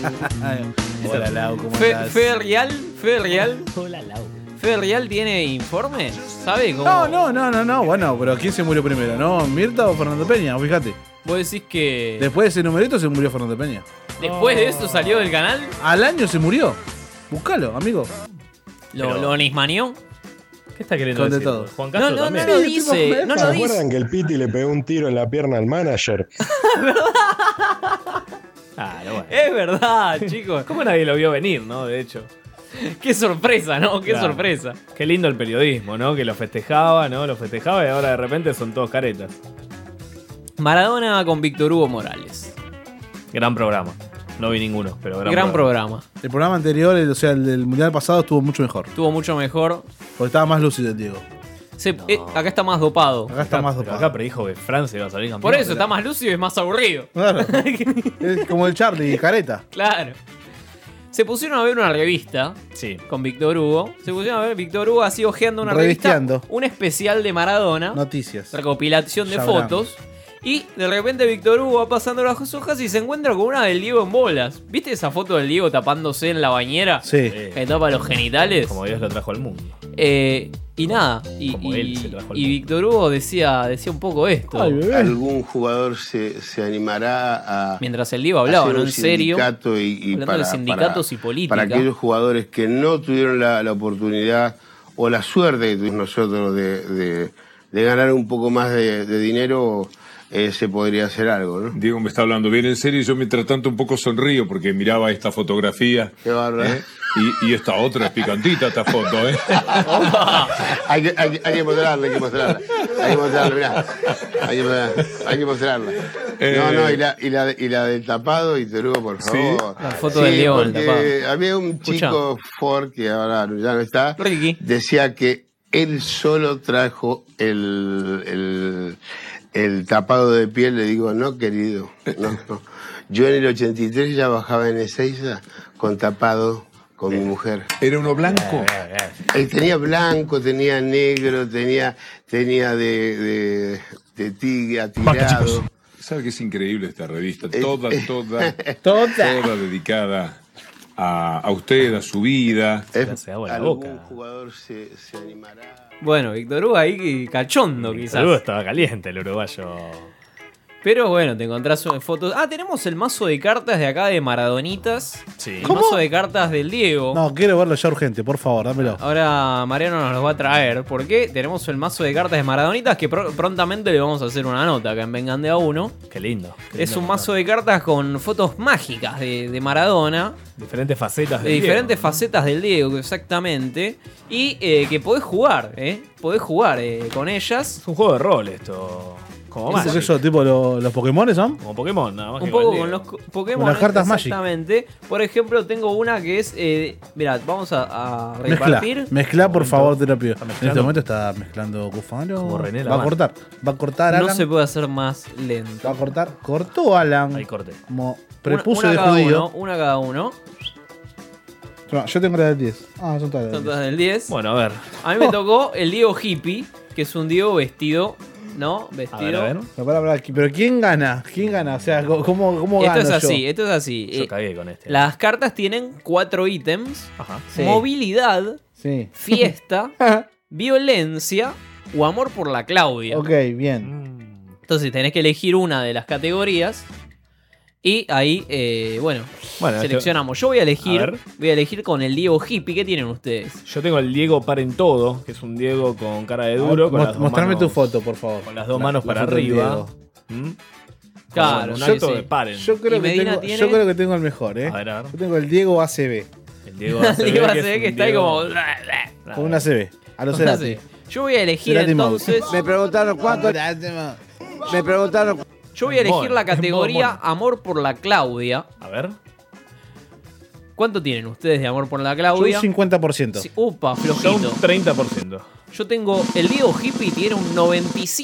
Speaker 5: Hola, Lau, ¿cómo
Speaker 4: Fe,
Speaker 5: andás?
Speaker 4: Fede Real, Fede Real. Fede Real tiene informe, ¿sabe? Cómo,
Speaker 5: No, no, no, no, no. Bueno, pero ¿quién se murió primero? ¿No? ¿Mirta o Fernando Peña? Fíjate.
Speaker 4: Vos decís que
Speaker 5: Después de ese numerito se murió Fernando Peña.
Speaker 4: después de eso salió del canal,
Speaker 5: Al año se murió. Búscalo, amigo.
Speaker 4: lo, lo nismaneó.
Speaker 6: ¿Qué está queriendo
Speaker 5: Con de decir? todo.
Speaker 6: Juan
Speaker 4: Castro No, no, también. no lo dice, no lo
Speaker 9: ¿Se
Speaker 4: dice.
Speaker 9: acuerdan que el Piti le pegó un tiro en la pierna al manager?
Speaker 6: Claro, bueno.
Speaker 4: Es verdad, chicos.
Speaker 6: ¿Cómo nadie lo vio venir, no? De hecho.
Speaker 4: Qué sorpresa, ¿no? Qué
Speaker 6: Claro.
Speaker 4: sorpresa.
Speaker 6: Qué lindo el periodismo, ¿no? Que lo festejaba, ¿no? Lo festejaba y ahora de repente son todos caretas.
Speaker 4: Maradona con Víctor Hugo Morales.
Speaker 6: Gran programa. No vi ninguno, pero gran,
Speaker 4: Gran programa.
Speaker 5: El programa anterior, el- o sea, el del mundial pasado, estuvo mucho mejor.
Speaker 4: Estuvo mucho mejor.
Speaker 5: Porque estaba más lúcido el Diego.
Speaker 4: Se- eh, acá está más dopado.
Speaker 5: Acá está más
Speaker 6: Pero acá predijo que Francia iba a salir campeón.
Speaker 4: Por eso está más lúcido y es más aburrido.
Speaker 5: Claro. es como el Charlie, careta.
Speaker 4: Claro. Se pusieron a ver una revista con Víctor Hugo. Se pusieron a ver Víctor Hugo así hojeando una revista.
Speaker 5: Revisteando.
Speaker 4: Un especial de Maradona.
Speaker 5: Noticias.
Speaker 4: Recopilación de
Speaker 5: Ya hablamos.
Speaker 4: fotos. Y de repente Víctor Hugo va pasando las hojas y se encuentra con una del Diego en bolas. ¿Viste esa foto del Diego tapándose en la bañera?
Speaker 5: Sí.
Speaker 4: Que tapa los genitales.
Speaker 6: Como Dios lo trajo al mundo.
Speaker 4: Eh, y nada, y, y- y Víctor Hugo decía, decía un poco esto.
Speaker 7: ¿Algún jugador se, se animará a.
Speaker 4: Mientras el Diego hablaba,
Speaker 7: hacer
Speaker 4: ¿no?
Speaker 7: un
Speaker 4: En serio.
Speaker 7: sindicato y- y
Speaker 4: Hablando
Speaker 7: para-
Speaker 4: de sindicatos
Speaker 7: para-
Speaker 4: y política.
Speaker 7: Para aquellos jugadores que no tuvieron la, la oportunidad o la suerte que tuvimos nosotros de, de- de ganar un poco más de, de dinero, eh, se podría hacer algo, ¿no?
Speaker 22: Diego me está hablando bien en serio y yo mientras tanto un poco sonrío porque miraba esta fotografía.
Speaker 7: Qué bárbaro.
Speaker 22: ¿eh? Y, y esta otra es picantita esta foto, ¿eh?
Speaker 7: hay, que, hay, que- hay que mostrarla, hay que mostrarla. Hay que mostrarla, mirá. Hay que mostrarla. Hay que mostrarla. No,
Speaker 22: Eh.
Speaker 7: no, y la, y, la, y la del tapado, y te digo, por
Speaker 22: Sí.
Speaker 7: favor.
Speaker 22: La foto del Diego en el
Speaker 7: porque
Speaker 22: tapado.
Speaker 7: Había un
Speaker 22: Escuchá.
Speaker 7: chico Ford que ahora ya no está. Decía que él solo trajo el, el, el tapado de piel. Le digo, no, querido. No, no. Yo en el 83 ya bajaba en Ezeiza con tapado con mi mujer. Eh, ¿Era uno blanco? tenía blanco, tenía negro, tenía, tenía de, de, de tigre atirado.
Speaker 22: ¿Sabe que es increíble esta revista? Toda, toda,
Speaker 7: Toda.
Speaker 22: toda dedicada a, a usted, a su vida.
Speaker 7: Algún jugador se, se animará.
Speaker 4: Bueno, Víctor Hugo ahí que cachondo quizás.
Speaker 6: Hugo estaba caliente, el uruguayo.
Speaker 4: Pero bueno, te encontrás en fotos. Ah, tenemos el mazo de cartas de acá de Maradonitas. Sí. El
Speaker 5: ¿Cómo?
Speaker 4: mazo de cartas del Diego.
Speaker 5: No, quiero verlo ya urgente, por favor, dámelo.
Speaker 4: Ah, Ahora Mariano nos los va a traer porque tenemos el mazo de cartas de Maradonitas que pro- prontamente le vamos a hacer una nota acá en Vengan de a uno.
Speaker 6: Qué lindo.
Speaker 4: es un mazo de cartas con fotos mágicas de, de Maradona.
Speaker 6: Diferentes facetas
Speaker 4: De
Speaker 6: del Diego,
Speaker 4: diferentes facetas del Diego, exactamente. Y eh, que podés jugar, ¿eh? Podés jugar eh, con ellas.
Speaker 6: Es un juego de rol esto. Como
Speaker 5: ¿Eso que
Speaker 6: Magic.
Speaker 5: yo, tipo, lo- los Pokémon son?
Speaker 6: Como Pokémon, nada más.
Speaker 4: Un
Speaker 6: que
Speaker 4: poco
Speaker 6: el
Speaker 4: con los
Speaker 6: Diego.
Speaker 4: co- Pokémon.
Speaker 5: Con las cartas Magic.
Speaker 4: Exactamente. Por ejemplo, tengo una que es. Eh, mirad, vamos a, a
Speaker 5: Mezcla,
Speaker 4: repartir.
Speaker 5: mezcla por favor, te lo pido. En este
Speaker 4: mezclando.
Speaker 5: momento está mezclando Cufaro.
Speaker 4: Como René
Speaker 5: va a
Speaker 4: Lamar.
Speaker 5: cortar, va a cortar Alan.
Speaker 4: No se puede hacer más lento.
Speaker 5: Va a cortar. Cortó Alan.
Speaker 4: Ahí corté.
Speaker 5: Como
Speaker 4: Una-
Speaker 5: prepuso
Speaker 4: una
Speaker 5: de
Speaker 4: cada
Speaker 5: judío.
Speaker 4: uno, una cada uno.
Speaker 5: No, yo tengo la del 10. Ah, son todas las
Speaker 4: Son
Speaker 5: del
Speaker 4: todas del 10.
Speaker 6: Bueno, a ver.
Speaker 4: A mí me tocó el Diego hippie, que es un Diego vestido, ¿no?
Speaker 5: 10.
Speaker 4: Vestido.
Speaker 5: Pero, pará, pará, pero ¿quién gana? ¿Quién gana? O sea, ¿cómo, cómo cómo
Speaker 4: Esto
Speaker 5: gano
Speaker 4: es así,
Speaker 5: yo?
Speaker 4: esto es así.
Speaker 6: Yo
Speaker 4: Eh,
Speaker 6: cagué con este.
Speaker 4: Las cartas tienen cuatro ítems:
Speaker 5: Sí.
Speaker 4: movilidad,
Speaker 5: Sí.
Speaker 4: fiesta, violencia o amor por la Claudia.
Speaker 5: Ok, bien.
Speaker 4: Entonces tenés que elegir una de las categorías. Y ahí, eh, bueno,
Speaker 6: Bueno,
Speaker 4: seleccionamos. Yo voy a elegir.
Speaker 6: A ver.
Speaker 4: voy a elegir con el Diego hippie. ¿Qué tienen ustedes?
Speaker 6: Yo tengo el Diego Paren Todo, que es un Diego con cara de duro. Con
Speaker 5: Mos-
Speaker 6: las dos
Speaker 5: mostrame
Speaker 6: manos-
Speaker 5: tu foto, por favor.
Speaker 6: Con las dos
Speaker 5: La-
Speaker 6: manos
Speaker 5: la
Speaker 6: para
Speaker 5: foto del
Speaker 6: arriba.
Speaker 5: Diego.
Speaker 6: ¿Mm?
Speaker 5: Claro,
Speaker 6: Con
Speaker 5: yo
Speaker 6: un alto
Speaker 5: sí.
Speaker 6: de Paren.
Speaker 5: Yo creo, que tengo, yo creo que tengo el mejor, ¿eh? Yo tengo el Diego ACB.
Speaker 6: El
Speaker 4: Diego ACB, Diego que es ACB, que un está ahí Diego- como-
Speaker 5: Con una ACB. A los
Speaker 4: Entonces,
Speaker 5: Cerati.
Speaker 4: Yo voy a elegir
Speaker 5: Cerati Mou.
Speaker 4: entonces. Me preguntaron cuánto. Me preguntaron. Yo voy a elegir
Speaker 5: Mono,
Speaker 4: la
Speaker 5: en modo
Speaker 4: categoría
Speaker 5: mono.
Speaker 4: Amor por la Claudia.
Speaker 6: A ver.
Speaker 4: ¿Cuánto tienen ustedes de Amor por la
Speaker 5: Yo un
Speaker 4: Claudia?
Speaker 5: 50%.
Speaker 4: Sí, upa, flojito.
Speaker 6: 30%.
Speaker 4: Yo tengo. El Diego Hippie tiene un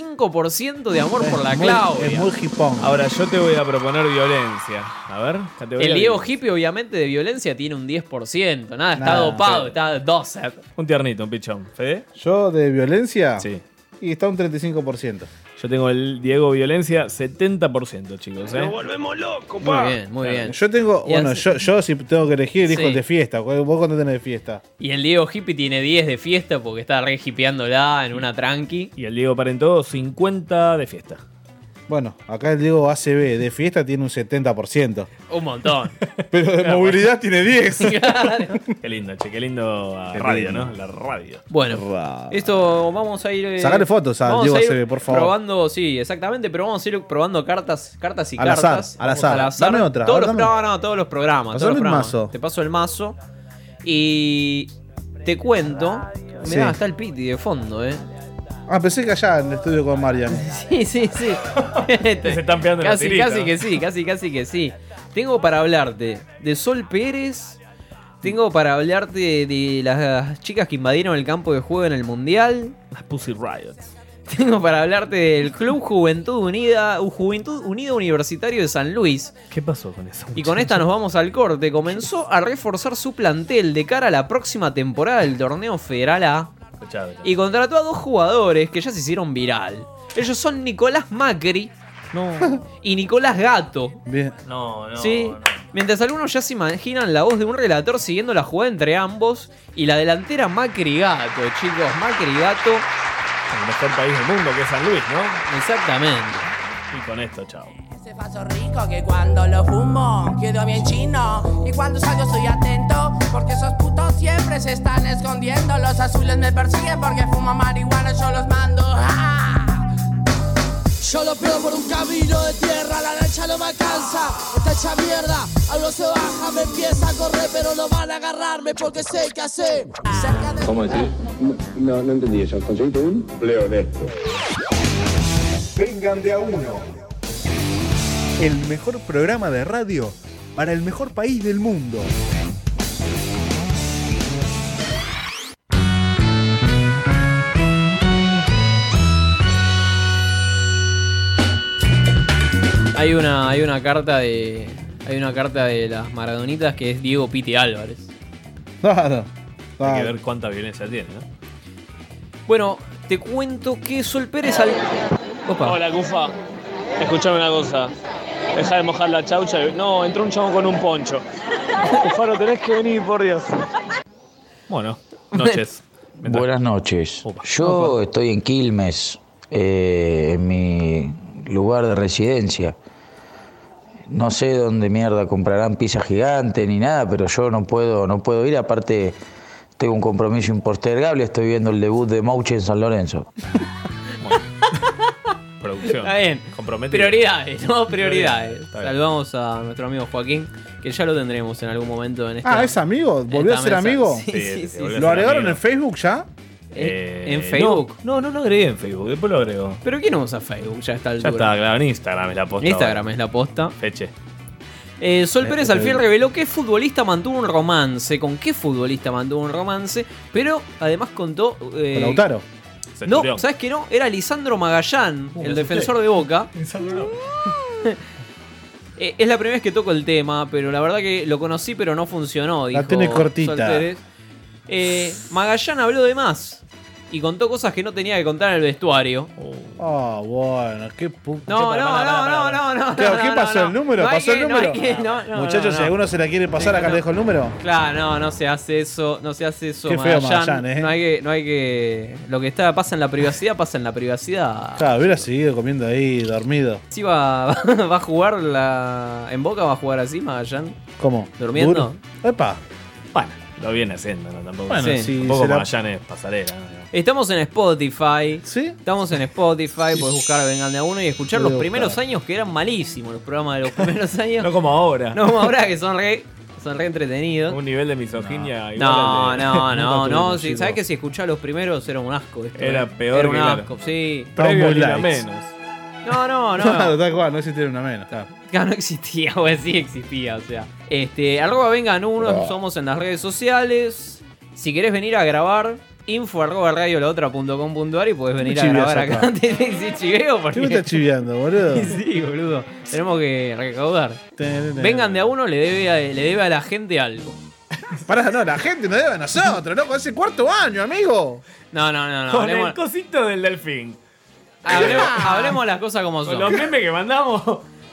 Speaker 4: 95% de Amor por la
Speaker 6: muy-
Speaker 4: Claudia.
Speaker 6: es
Speaker 5: muy hipón.
Speaker 6: Ahora yo te voy a proponer violencia. A ver, categoría.
Speaker 4: El Diego
Speaker 6: de-
Speaker 4: hippie, obviamente, de violencia tiene un 10%. Nada, está
Speaker 5: Nada.
Speaker 4: dopado, está 12.
Speaker 6: Un tiernito, un pichón. ¿Fede?
Speaker 5: Yo de violencia.
Speaker 6: Sí.
Speaker 5: Y está un 35%.
Speaker 6: Yo tengo el Diego Violencia 70%, chicos. ¿eh?
Speaker 5: Nos
Speaker 6: volvemos locos,
Speaker 5: pa.
Speaker 4: muy bien.
Speaker 5: Yo tengo.
Speaker 4: Y
Speaker 5: Bueno,
Speaker 4: hace-
Speaker 5: yo, yo si tengo que elegir, elijo
Speaker 4: Sí.
Speaker 5: el de fiesta. ¿Vos cuánto tenés de fiesta?
Speaker 4: Y el Diego hippie tiene 10 de fiesta porque está re hippieándola en una tranqui.
Speaker 6: Y el Diego Paren Todo, 50 de fiesta.
Speaker 5: Bueno, acá el Diego ACB de fiesta tiene un 70%.
Speaker 4: Un montón. Ah,
Speaker 5: Pero de movilidad tiene 10.
Speaker 6: Qué lindo, che, qué lindo ah,
Speaker 5: Qué
Speaker 6: radio,
Speaker 5: lindo.
Speaker 6: ¿no? La radio.
Speaker 4: Bueno, esto vamos a ir. eh,
Speaker 5: Sacale fotos al
Speaker 4: vamos
Speaker 5: Diego
Speaker 4: ir
Speaker 5: ACB, por favor.
Speaker 4: Probando, sí, exactamente, pero vamos a ir probando cartas, cartas y
Speaker 5: Al azar,
Speaker 4: cartas.
Speaker 5: al
Speaker 4: Vamos
Speaker 5: azar. Dame otra,
Speaker 4: Todos
Speaker 5: a ver,
Speaker 4: los-
Speaker 5: dame.
Speaker 4: No, no, todos los programas.
Speaker 5: Pasame
Speaker 4: todos los
Speaker 5: el
Speaker 4: programas.
Speaker 5: mazo.
Speaker 4: Te paso el mazo. Y te cuento. Mirá,
Speaker 5: Sí.
Speaker 4: está el Piti de fondo, eh.
Speaker 5: Ah, pensé que allá en el estudio con Marian.
Speaker 4: Sí, sí, sí.
Speaker 6: Se están pegando la
Speaker 4: casi,
Speaker 6: tirita.
Speaker 4: casi que sí, casi, casi que sí. Tengo para hablarte de Sol Pérez. Tengo para hablarte de las chicas que invadieron el campo de juego en el Mundial.
Speaker 6: Las Pussy Riots.
Speaker 4: Tengo para hablarte del Club Juventud Unida, Juventud Unido Universitario de San Luis.
Speaker 6: ¿Qué pasó con eso?
Speaker 4: Y con esta nos vamos al corte. Comenzó a reforzar su plantel de cara a la próxima temporada del torneo Federal A
Speaker 6: Escuchá, escuchá.
Speaker 4: y contrató a dos jugadores que ya se hicieron viral. Ellos son Nicolás Macri y Nicolás Gato.
Speaker 6: No, no.
Speaker 4: ¿sí? Mientras algunos ya se imaginan la voz de un relator siguiendo la jugada entre ambos y la delantera Macri Gato, chicos. Macri Gato.
Speaker 6: El mejor país del mundo que es San Luis, ¿no?
Speaker 4: Exactamente.
Speaker 6: Y con esto, chao.
Speaker 3: Ese faso rico que cuando lo fumo quedo bien chino. Y cuando salgo soy atento, porque esos putos siempre se están escondiendo. Los azules me persiguen porque fumo marihuana, yo los mando. ¡Ah!
Speaker 10: Yo lo pego por un camino de tierra, la lancha no me alcanza, está hecha mierda, algo se baja, me empieza a correr, pero no van a agarrarme porque sé qué hacer. Cerca de-
Speaker 14: ¿Cómo decir? No, no entendí eso. ¿Conseguiste un? Empleo honesto.
Speaker 15: Vengan de a uno.
Speaker 1: El mejor programa de radio para el mejor país del mundo.
Speaker 4: Hay una, hay una carta de. Hay una carta de las Maradonitas que es Diego Piti Álvarez.
Speaker 5: Claro.
Speaker 6: Hay que ver cuánta violencia tiene, ¿no?
Speaker 4: Bueno, te cuento que Sol Pérez al. Opa.
Speaker 11: Hola, Cufa. Escuchame una cosa. Deja de mojar la chaucha. y- No, entró un chavo con un poncho. Cufaro, tenés que venir, por Dios.
Speaker 6: Bueno, noches.
Speaker 12: Buenas noches. Yo estoy en Quilmes, eh, en mi lugar de residencia. No sé dónde mierda comprarán pizza gigante ni nada, pero yo no puedo, no puedo ir. Aparte, tengo un compromiso impostergable. Estoy viendo el debut de Mauche en San Lorenzo.
Speaker 6: Producción.
Speaker 4: Está bien.
Speaker 6: Comprometido.
Speaker 4: Prioridades, ¿no? Prioridades.
Speaker 6: Está bien.
Speaker 4: Salvamos a nuestro amigo Joaquín, que ya lo tendremos en algún momento en esta.
Speaker 5: Ah, ¿es amigo? ¿Volvió a
Speaker 4: esta
Speaker 5: ser
Speaker 4: mesa.
Speaker 5: amigo?
Speaker 4: Sí, sí, sí, sí.
Speaker 5: ¿Lo agregaron en Facebook ya?
Speaker 6: Eh,
Speaker 4: ¿En
Speaker 6: no,
Speaker 4: Facebook?
Speaker 6: No, no lo agregué en Facebook, después lo agrego.
Speaker 4: Pero ¿quién usa Facebook? Ya está el
Speaker 6: Ya está, claro, en Instagram es la posta.
Speaker 4: Instagram
Speaker 6: ahora.
Speaker 4: es la posta.
Speaker 6: Feche.
Speaker 4: Eh, Sol Pérez
Speaker 6: ok.
Speaker 4: al fin reveló qué futbolista mantuvo un romance, con qué futbolista mantuvo un romance, pero además contó. eh,
Speaker 5: Con Lautaro.
Speaker 4: No, ¿sabes qué no? Era Lisandro Magallán,
Speaker 5: Uh, me
Speaker 4: el
Speaker 5: asusté.
Speaker 4: defensor de Boca. Eh, es la primera vez que toco el tema, pero la verdad que lo conocí, pero no funcionó.
Speaker 5: La
Speaker 4: dijo
Speaker 5: tiene cortita.
Speaker 4: Sol Pérez. Eh, Magallán habló de más y contó cosas que no tenía que contar en el vestuario.
Speaker 5: Ah, bueno, qué puta.
Speaker 4: No, no, no, no, no, no.
Speaker 5: Claro,
Speaker 4: no,
Speaker 5: ¿Qué
Speaker 4: no,
Speaker 5: pasó?
Speaker 4: no.
Speaker 5: ¿El número?
Speaker 4: No hay
Speaker 5: ¿Pasó
Speaker 4: que-
Speaker 5: el
Speaker 4: no hay
Speaker 5: número?
Speaker 4: que- no, no,
Speaker 5: Muchachos,
Speaker 4: no,
Speaker 5: si
Speaker 4: no.
Speaker 5: alguno se la quiere pasar, acá le dejo el número.
Speaker 4: Claro, no, no se hace eso, no se hace eso.
Speaker 5: Qué feo Magallán, ¿eh?
Speaker 4: No hay que, no hay que. Lo que está pasa en la privacidad, pasa en la privacidad.
Speaker 5: Claro, hubiera seguido comiendo ahí, dormido.
Speaker 4: Si va, va a jugar la. En Boca va a jugar así, Magallán.
Speaker 5: ¿Cómo?
Speaker 4: ¿Durmiendo?
Speaker 5: ¿Duro? Epa.
Speaker 6: Bueno, lo viene haciendo, ¿no? Tampoco,
Speaker 4: Bueno,
Speaker 6: sí.
Speaker 4: si
Speaker 6: tampoco
Speaker 4: se la-
Speaker 6: Magallanes es pasarela. ¿no?
Speaker 4: Estamos en Spotify. ¿Sí? Estamos en Spotify, podés buscar Vengan de a uno y escuchar
Speaker 6: Voy a
Speaker 4: los
Speaker 6: buscar.
Speaker 4: primeros años que eran malísimos, los programas de los primeros años.
Speaker 6: No como ahora.
Speaker 4: No como ahora que son re, son re entretenidos.
Speaker 6: Un nivel de misoginia. igual
Speaker 4: No,
Speaker 6: al de-
Speaker 4: no, no,
Speaker 6: Nunca
Speaker 4: no.
Speaker 6: tuvimos,
Speaker 4: Si,
Speaker 6: chicos.
Speaker 4: ¿Sabés que si escuchás los primeros era un asco? esto,
Speaker 6: Era
Speaker 4: eh?
Speaker 6: peor
Speaker 4: Era un
Speaker 6: que claro.
Speaker 4: asco, sí.
Speaker 6: Previo
Speaker 5: muy
Speaker 6: ni la
Speaker 5: lights.
Speaker 6: menos.
Speaker 4: No, no, no.
Speaker 5: Claro, tal cual, no existieron una menos. claro.
Speaker 4: Ya no existía, o sí existía, o sea. Este, arroba vengan uno,
Speaker 5: Ah.
Speaker 4: somos en las redes sociales. Si querés venir a grabar, info arroba radio la otra punto com punto ar y podés venir a
Speaker 5: chiveas
Speaker 4: grabar
Speaker 5: acá?
Speaker 4: acá. Te te chiveo
Speaker 5: ¿Qué me estás
Speaker 4: porque.
Speaker 5: chiviando, boludo?
Speaker 4: Sí, boludo. Tenemos que recaudar. Vengan de a uno, le debe a, le debe a la gente algo.
Speaker 5: Pará, no, la gente nos debe a nosotros, loco. Ese cuarto año, amigo.
Speaker 4: No, no, no, no.
Speaker 5: Con
Speaker 4: hablemos-
Speaker 5: el
Speaker 6: Cosito del delfín.
Speaker 4: Hablemos, hablemos las cosas como son.
Speaker 6: los memes que mandamos.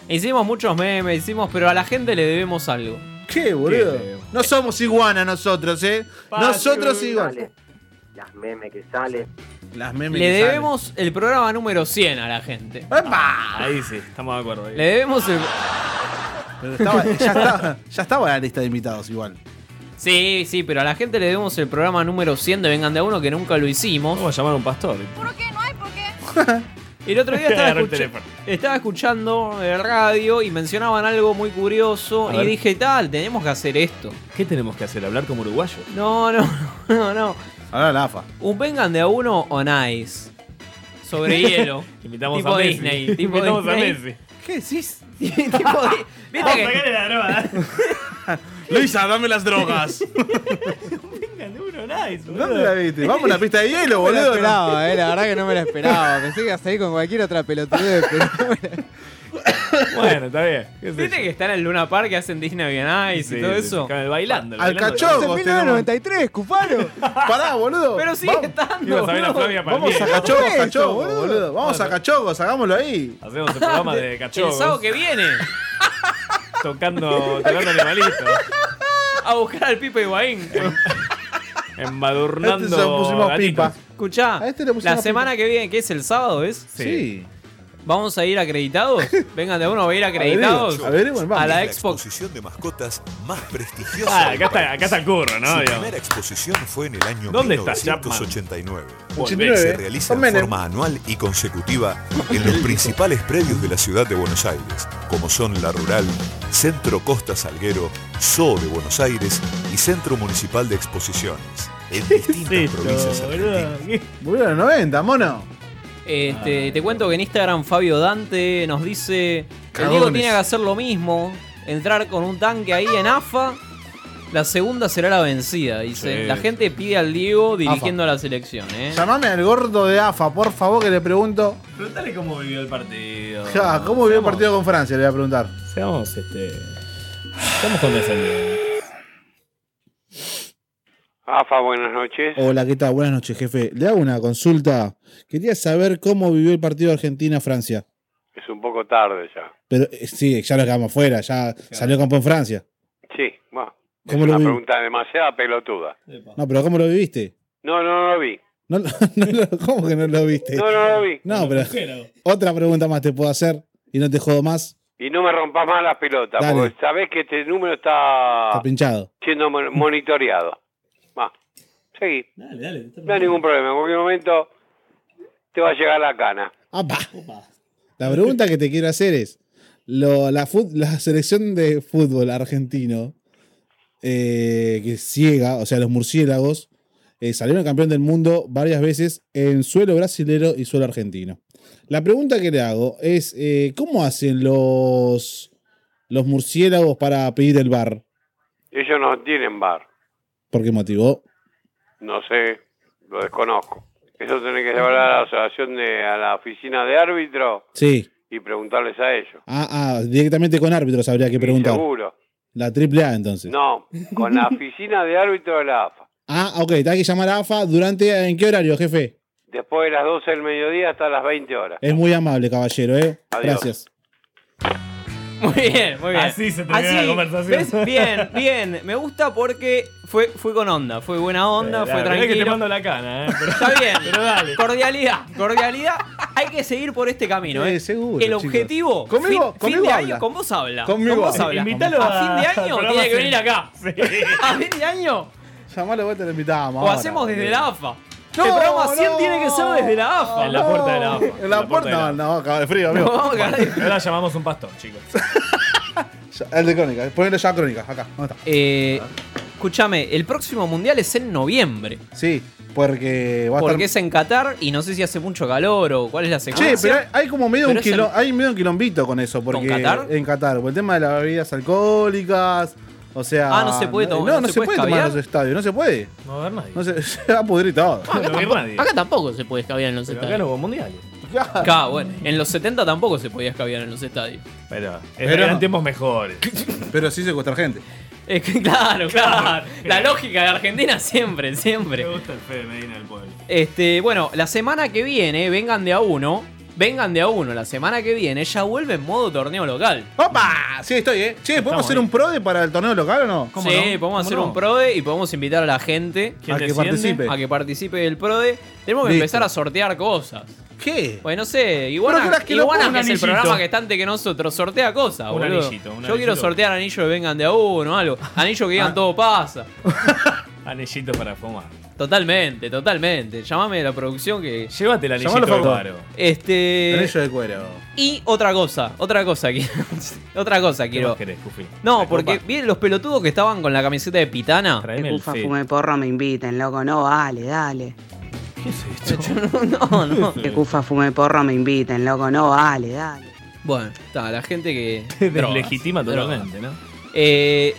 Speaker 4: Hicimos muchos memes, hicimos, pero a la gente le debemos algo.
Speaker 5: ¿Qué, eh? boludo? No somos iguanas nosotros, ¿eh? nosotros igual.
Speaker 23: Dale. Las memes que salen.
Speaker 5: Las memes
Speaker 4: Le debemos el programa número 100 a la gente. Ah,
Speaker 6: Ahí sí, estamos de acuerdo. ahí.
Speaker 4: Le debemos el.
Speaker 5: Pero estaba- ya, estaba, ya estaba la lista de invitados igual.
Speaker 4: Sí, sí, pero a la gente le debemos el programa número 100 de Vengan de a Uno que nunca lo hicimos.
Speaker 6: Vamos a llamar a un pastor.
Speaker 4: El otro día estaba,
Speaker 6: Agarró el
Speaker 4: escucha-
Speaker 6: teléfono.
Speaker 4: estaba escuchando el radio y mencionaban algo muy curioso
Speaker 6: A
Speaker 4: y
Speaker 6: ver.
Speaker 4: dije, tal, tenemos que hacer esto.
Speaker 6: ¿Qué tenemos que hacer? ¿Hablar como uruguayo?
Speaker 4: No, no, no, no.
Speaker 5: Ahora la AFA.
Speaker 4: Un Vengan de a Uno on Ice. Sobre hielo.
Speaker 6: Invitamos
Speaker 4: tipo
Speaker 6: a Messi.
Speaker 4: Disney. Tipo
Speaker 6: Invitamos a
Speaker 4: Disney.
Speaker 6: Messi.
Speaker 4: ¿Qué decís? tipo Di- Viste que-
Speaker 6: la droga.
Speaker 5: Luisa, dame las drogas.
Speaker 24: ¿Dónde
Speaker 5: la viste? Vamos a la pista de hielo,
Speaker 24: No
Speaker 5: boludo.
Speaker 24: me la esperaba, eh, la verdad que no me la esperaba. Pensé que ibas a ir con cualquier otra pelotudez, pero
Speaker 6: Bueno, está bien.
Speaker 4: ¿Viste que están en Luna Park que hacen Disney on Ice y
Speaker 6: Sí,
Speaker 4: todo
Speaker 6: sí,
Speaker 4: eso?
Speaker 6: sí, bailando,
Speaker 4: Al
Speaker 6: bailando.
Speaker 4: cachopo,
Speaker 24: En
Speaker 4: Vos tenés-
Speaker 24: 1993, Cufaro.
Speaker 5: Pará, boludo.
Speaker 4: Pero sigue estando.
Speaker 6: Ibas a ver a Flavia
Speaker 5: Vamos a
Speaker 6: Palmieri.
Speaker 5: cachogos,
Speaker 6: Esto,
Speaker 5: cachogos,
Speaker 6: boludo.
Speaker 5: boludo. Vamos a cachogos, hagámoslo ahí.
Speaker 6: Hacemos el programa de
Speaker 4: El sábado
Speaker 6: cachorros
Speaker 4: que viene.
Speaker 6: tocando, tocando animalitos.
Speaker 4: A buscar al Pipe Higuaín.
Speaker 6: Este Embadurnando.
Speaker 5: Este
Speaker 6: gatitos.
Speaker 4: Escuchá, la
Speaker 6: pipa.
Speaker 4: semana que viene, que es el sábado, ¿es?
Speaker 6: Sí.
Speaker 4: ¿Vamos a ir acreditados? Vengan de a uno, ¿va a ir acreditados? a la Expo.
Speaker 25: exposición de mascotas más
Speaker 6: Ah,
Speaker 25: prestigiosa. del
Speaker 6: acá está,
Speaker 25: país.
Speaker 6: acá está el curro, ¿no?
Speaker 25: Su
Speaker 6: Digo.
Speaker 25: primera exposición fue en el año
Speaker 6: ¿Dónde está
Speaker 25: 1989.
Speaker 6: Volvé.
Speaker 25: Se realiza
Speaker 6: Con
Speaker 25: en
Speaker 6: Menem.
Speaker 25: forma anual y consecutiva en los principales predios de la ciudad de Buenos Aires, como son La Rural, Centro Costa Salguero, Zoo de Buenos Aires y Centro Municipal de Exposiciones. En distintas provincias
Speaker 5: Boludo, los 90, mono.
Speaker 4: Este, Te cuento que en Instagram Fabio Dante nos dice: El
Speaker 5: Cagones.
Speaker 4: Diego tiene que hacer lo mismo, entrar con un tanque ahí en AFA. La segunda será la vencida, dice.
Speaker 5: Sí.
Speaker 4: La gente pide al Diego dirigiendo a la selección, ¿eh?
Speaker 5: Llamame al gordo de AFA, por favor, que le pregunto.
Speaker 6: Preguntale cómo vivió el partido.
Speaker 5: Ja, ¿Cómo vio el partido con Francia? Le voy a preguntar.
Speaker 6: Seamos este. Seamos condescendientes.
Speaker 2: AFA, buenas noches.
Speaker 5: Hola, ¿qué tal? Buenas noches, jefe. Le hago una consulta. Quería saber cómo vivió el partido Argentina-Francia.
Speaker 2: Es un poco tarde ya.
Speaker 5: Pero eh, sí, ya lo quedamos fuera, ya salió campeón Francia.
Speaker 2: Sí, bueno. Es
Speaker 5: ¿Cómo lo
Speaker 2: una
Speaker 5: vi?
Speaker 2: pregunta demasiada pelotuda.
Speaker 5: No, pero ¿cómo lo viviste?
Speaker 2: No, no, no lo vi.
Speaker 5: No, lo- no lo- ¿Cómo que no lo viste?
Speaker 2: No, no lo vi.
Speaker 5: No, pero otra pregunta más te puedo hacer y no te jodo más.
Speaker 2: Y no me rompas más las pelotas,
Speaker 5: Dale.
Speaker 2: porque sabés que este número está,
Speaker 5: Está pinchado.
Speaker 2: siendo mon- monitoreado. Va, seguí. no hay ningún problema, en cualquier momento te va a llegar la cana.
Speaker 5: ¡Apa! La pregunta que te quiero hacer es, lo- la, fut- la selección de fútbol argentino, eh, que ciega, o sea, los murciélagos, eh, salieron campeón del mundo varias veces en suelo brasilero y suelo argentino. La pregunta que le hago es, eh, ¿cómo hacen los, los murciélagos para pedir el bar?
Speaker 2: Ellos no tienen bar,
Speaker 5: ¿Por qué motivo?
Speaker 2: no sé, lo desconozco. Eso tenés que llevar a la asociación de, a la oficina de árbitro
Speaker 5: Sí.
Speaker 2: y preguntarles a ellos.
Speaker 5: Ah, ah, directamente con árbitros habría que preguntar.
Speaker 2: Seguro.
Speaker 5: La triple A entonces.
Speaker 2: No, con la oficina de árbitro de la AFA.
Speaker 5: Ah, ok, te hay que llamar a AFA durante, ¿en qué horario, jefe?
Speaker 2: Después de las 12 del mediodía hasta las 20 horas.
Speaker 5: Es muy amable, caballero, ¿eh?
Speaker 2: Adiós.
Speaker 5: Gracias.
Speaker 4: Muy bien, muy bien.
Speaker 6: Así se termina la conversación.
Speaker 4: ¿ves? Bien, bien. Me gusta porque fue, fue con onda, fue buena onda, fue
Speaker 6: Mirá que te
Speaker 4: tranquilo.
Speaker 6: mando la cana, ¿eh? Pero-
Speaker 4: Está bien.
Speaker 6: Pero dale.
Speaker 4: Cordialidad, cordialidad. Hay que seguir por este camino, ¿eh?
Speaker 6: Sí, seguro,
Speaker 4: El
Speaker 6: chicos.
Speaker 4: objetivo.
Speaker 6: Conmigo-
Speaker 4: fin,
Speaker 6: conmigo
Speaker 4: fin de
Speaker 6: habla.
Speaker 4: año, con vos habla.
Speaker 6: Conmigo
Speaker 4: con vos
Speaker 6: habla.
Speaker 4: habla.
Speaker 6: Invítalo
Speaker 4: a
Speaker 6: a-
Speaker 4: fin de año
Speaker 6: al programa
Speaker 4: tiene que
Speaker 6: sí.
Speaker 4: venir acá. A fin de año
Speaker 5: Llamalo vos te lo invitamos.
Speaker 4: o hacemos desde la AFA.
Speaker 5: No,
Speaker 4: el programa 100
Speaker 5: no.
Speaker 4: tiene que ser desde la AFA.
Speaker 6: En la puerta de la AFA.
Speaker 5: En la puerta, no, no, acaba de frío, amigo.
Speaker 6: No, Ahora llamamos un pastor, chicos.
Speaker 5: Ya, El de crónica, ponelo ya a crónica, acá, ¿dónde está?
Speaker 4: Eh, escúchame, el próximo mundial es en noviembre.
Speaker 5: Sí, porque va a
Speaker 4: Porque
Speaker 5: estar...
Speaker 4: es en Qatar y no sé si hace mucho calor o cuál es la
Speaker 5: Che,
Speaker 4: secuencia.
Speaker 5: pero hay- hay como medio un,
Speaker 4: Pero es
Speaker 5: quilom- hay medio un quilombito con eso, porque
Speaker 4: Qatar?
Speaker 5: en Qatar, por el tema de las bebidas alcohólicas, o sea...
Speaker 4: Ah, no se puede tomar-
Speaker 5: No,
Speaker 4: no
Speaker 5: no
Speaker 4: se
Speaker 5: se
Speaker 4: puede
Speaker 5: puede tomar en
Speaker 4: escabiar.
Speaker 5: los estadios, no se puede.
Speaker 6: No va a haber nadie.
Speaker 5: No se, se va a pudrir todo.
Speaker 4: Acá, tampoco, acá tampoco se puede escabiar en los
Speaker 6: acá no
Speaker 4: estadios.
Speaker 6: hubo mundiales.
Speaker 4: Acá, bueno, en los 70 tampoco se podía escabiar en los estadios.
Speaker 6: Pero,
Speaker 4: Pero-
Speaker 6: eran tiempos mejores.
Speaker 5: Pero sí secuestrar gente.
Speaker 4: Es que, claro, claro. La lógica de Argentina siempre, siempre.
Speaker 6: Me gusta el fe de Medina del Pueblo.
Speaker 4: Este, bueno, la semana que viene, vengan de a uno. Vengan de a uno, la semana que viene ya vuelve en modo torneo local.
Speaker 5: ¡Opa! Sí, estoy, ¿eh? Che, ¿podemos
Speaker 4: Estamos
Speaker 5: hacer un prode para el torneo local o no?
Speaker 4: sí, podemos hacer un PRODE y podemos invitar a la gente
Speaker 5: ¿Quién A que desciende? participe.
Speaker 4: a que participe del PRODE. Tenemos que
Speaker 5: Listo.
Speaker 4: empezar a sortear cosas.
Speaker 5: ¿Qué?
Speaker 4: Pues no sé, Iguana,
Speaker 5: Pero creas que
Speaker 4: que,
Speaker 5: lo pongo
Speaker 4: que es
Speaker 5: un
Speaker 4: el
Speaker 5: anillito.
Speaker 4: programa que está antes que nosotros, sortea cosas,
Speaker 5: Un
Speaker 4: boludo.
Speaker 5: anillito, un
Speaker 4: Yo quiero
Speaker 5: anillito.
Speaker 4: sortear anillos que vengan de a uno, algo. Anillos que
Speaker 5: Ah.
Speaker 4: digan todo pasa.
Speaker 6: Anillito para fumar.
Speaker 4: Totalmente, totalmente. Llámame de la producción que.
Speaker 6: Llévate el anillito
Speaker 4: Llamalo,
Speaker 6: de
Speaker 4: Facu.
Speaker 6: cuero.
Speaker 4: Este.
Speaker 5: Anillo de cuero.
Speaker 4: Y otra cosa, otra cosa quiero. otra cosa quiero.
Speaker 6: más querés, Cufi?
Speaker 4: No, porque bien los pelotudos que estaban con la camiseta de pitana.
Speaker 6: Traeme
Speaker 8: Ufa, fume porro, me inviten, loco. No, vale, dale.
Speaker 4: No, no.
Speaker 8: Que Cufa fume porro, me inviten, loco. No, vale, dale.
Speaker 4: Bueno, está, la gente que.
Speaker 6: Te
Speaker 4: drogas,
Speaker 6: deslegitima
Speaker 4: drogas.
Speaker 6: totalmente, ¿no?
Speaker 4: Eh,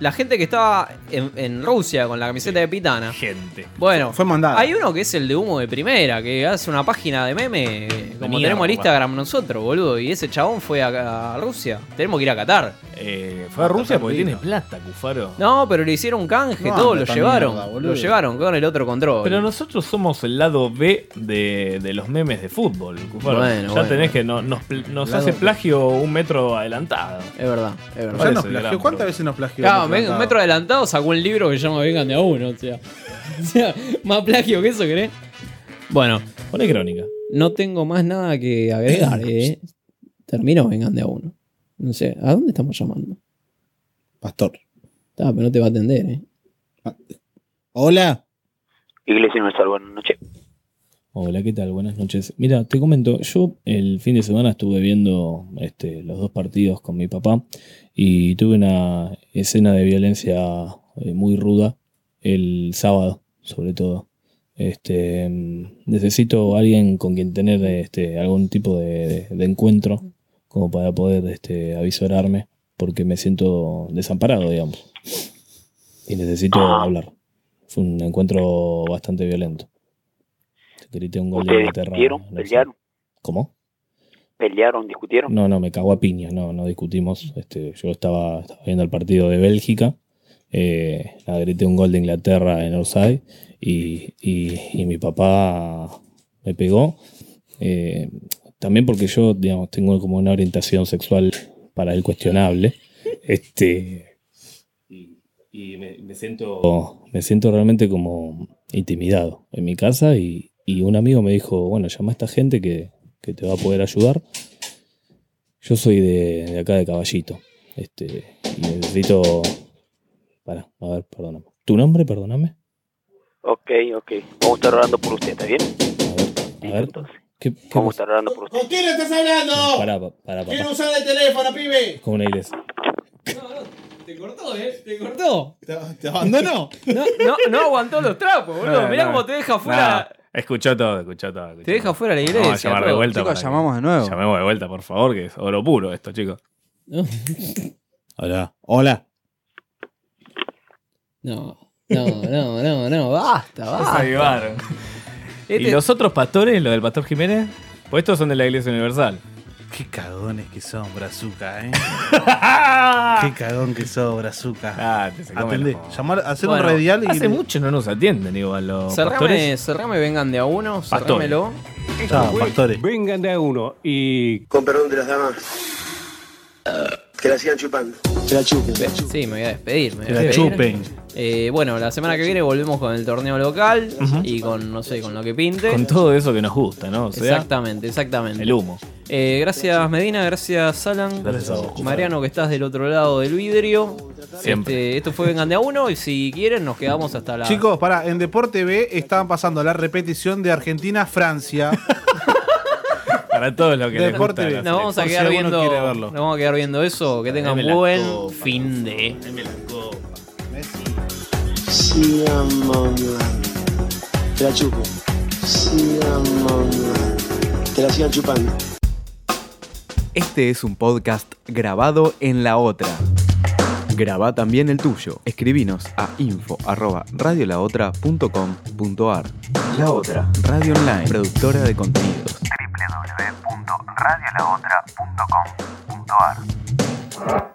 Speaker 4: la gente que estaba en, en Rusia con la camiseta de pitana.
Speaker 6: Gente.
Speaker 4: Bueno,
Speaker 5: Fue mandada.
Speaker 4: Hay uno que es el de humo de primera, que hace una página de meme, eh, como
Speaker 6: mierda,
Speaker 4: tenemos el
Speaker 6: papá.
Speaker 4: Instagram nosotros, boludo. Y ese chabón fue a, a Rusia. Tenemos que ir a Qatar.
Speaker 6: Eh, Fue a Rusia porque tiene plata, Cufaro.
Speaker 4: No, pero le hicieron un canje,
Speaker 6: No,
Speaker 4: todo,
Speaker 6: anda
Speaker 4: lo
Speaker 6: tan
Speaker 4: llevaron.
Speaker 6: mierda, boludo.
Speaker 4: lo llevaron con el otro control.
Speaker 6: Pero nosotros somos el lado B de, de los memes de fútbol, Cufaro.
Speaker 4: Bueno,
Speaker 6: ya
Speaker 4: bueno.
Speaker 6: tenés que no- nos, pl- nos
Speaker 4: Lado
Speaker 6: hace
Speaker 4: B.
Speaker 6: plagio un metro adelantado.
Speaker 4: Es verdad, es
Speaker 5: Ya nos plagió. ¿Cuántas veces nos plagió?
Speaker 4: Claro,
Speaker 5: el
Speaker 4: me-
Speaker 5: tratado?
Speaker 4: un metro adelantado sacó un libro que llama Vengan de a uno, o sea. O sea, más plagio que eso, ¿querés? Bueno.
Speaker 6: Pone crónica.
Speaker 4: No tengo más nada que agregar, eh. Termino Vengan de a uno. No sé, ¿a dónde estamos llamando?
Speaker 5: Pastor.
Speaker 4: Está, pero no te va a atender, eh.
Speaker 5: Hola.
Speaker 13: Iglesia Universal, buenas noches.
Speaker 6: Hola, ¿qué tal? Buenas noches. Mira, te comento, yo el fin de semana estuve viendo este, los dos partidos con mi papá y tuve una escena de violencia eh, muy ruda el sábado, sobre todo. Este, mm, necesito alguien con quien tener este, algún tipo de, de encuentro como para poder este, avisorarme porque me siento desamparado, digamos. Y necesito hablar. Fue un encuentro bastante violento. Grité un gol de
Speaker 13: ¿Ustedes
Speaker 6: Inglaterra.
Speaker 13: discutieron?
Speaker 6: no sé.
Speaker 13: ¿Pelearon?
Speaker 6: ¿Cómo?
Speaker 13: ¿Pelearon? ¿Discutieron?
Speaker 6: No, no, me cagó a piña, no, no discutimos. Este, yo estaba, estaba viendo el partido de Bélgica, eh, la grité un gol de Inglaterra en Outside y, y- y mi papá me pegó. Eh, también porque yo, digamos, tengo como una orientación sexual para él cuestionable. Este, y me, siento. me siento realmente como intimidado en mi casa y, y un amigo me dijo, bueno, llama a esta gente que, que te va a poder ayudar. Yo soy de, de acá de Caballito. Este, y necesito... Para, a ver, perdóname. ¿Tu nombre, perdóname?
Speaker 13: Ok, ok. Vamos a estar orando por usted, ¿está bien?
Speaker 6: A ver. ¿Qué, qué
Speaker 13: Vamos a estar orando por usted.
Speaker 16: ¿Con quién estás hablando?
Speaker 6: Pará, pa-
Speaker 4: Ah,
Speaker 6: pará,
Speaker 16: ¿Quién
Speaker 6: pará.
Speaker 16: usar el teléfono, pibe?
Speaker 6: Como una iglesia.
Speaker 4: Te cortó, ¿eh? Te cortó.
Speaker 5: Te
Speaker 4: abandonó. No, no, no aguantó los trapos, boludo.
Speaker 17: No,
Speaker 4: Mirá
Speaker 17: no.
Speaker 4: cómo te deja fuera.
Speaker 17: No, escuchó todo, escuchó todo. escuchó
Speaker 4: Te deja
Speaker 17: todo.
Speaker 4: fuera la
Speaker 17: Vamos a
Speaker 4: iglesia,
Speaker 17: llamar de
Speaker 4: todo.
Speaker 17: vuelta.
Speaker 4: Chicos,
Speaker 17: para que-
Speaker 4: llamamos de nuevo.
Speaker 17: Llamemos de vuelta, por favor, que es oro puro esto, chicos.
Speaker 5: Hola. Hola.
Speaker 18: No, no, no, no, no, basta, basta.
Speaker 17: avivaron. ¿Y
Speaker 18: Este-
Speaker 17: los otros pastores, los del pastor Jiménez? Pues estos son de la Iglesia Universal.
Speaker 19: Qué cagones que son, Brazuca, eh. Qué cagón que sos, Brazuca.
Speaker 17: Ah, te se come
Speaker 19: Atendé.
Speaker 17: el-
Speaker 19: Llamar, hacer
Speaker 17: Bueno,
Speaker 19: un radial y.
Speaker 17: Hace mucho no nos atienden, igual los
Speaker 4: Cerrame,
Speaker 17: pastores.
Speaker 4: cerrame, vengan de a uno,
Speaker 17: Pastores. Este
Speaker 4: cerrámelo.
Speaker 19: Chao, pastores.
Speaker 17: Vengan de a uno y.
Speaker 13: Con perdón de las damas. Que la sigan chupando.
Speaker 4: Que la chupen. Sí, me voy a despedir. me voy a
Speaker 19: Que la
Speaker 4: despedir.
Speaker 19: chupen.
Speaker 4: Eh, bueno, la semana que viene volvemos con el torneo local y con, no sé, con lo que pinte.
Speaker 17: Con todo eso que nos gusta, ¿no? O sea,
Speaker 4: exactamente, exactamente.
Speaker 17: el humo.
Speaker 4: Eh, gracias Medina, gracias Alan.
Speaker 17: Gracias a vos.
Speaker 4: Mariano que estás del otro lado del vidrio.
Speaker 17: Siempre.
Speaker 4: Este, esto fue Vengan de a uno y si quieren nos quedamos hasta la...
Speaker 19: Chicos, pará, en Deporte B estaban pasando la repetición de Argentina-Francia.
Speaker 17: Para todos los que les
Speaker 19: Deporte
Speaker 17: gusta.
Speaker 19: B.
Speaker 17: la
Speaker 4: Nos vamos a
Speaker 19: Por si
Speaker 4: quedar
Speaker 19: alguno
Speaker 4: viendo.
Speaker 19: quiere verlo.
Speaker 4: Nos vamos a quedar viendo eso. Que tengan
Speaker 19: Dame la
Speaker 4: buen
Speaker 19: copa,
Speaker 4: fin de.
Speaker 20: Te la chupo. Te la sigan chupando.
Speaker 1: Este es un podcast grabado en la otra. Graba también el tuyo. Escribinos a info arroba radiolaotra.com.ar. La Otra, Radio Online, productora de contenidos.
Speaker 13: www.radiolaotra.com.ar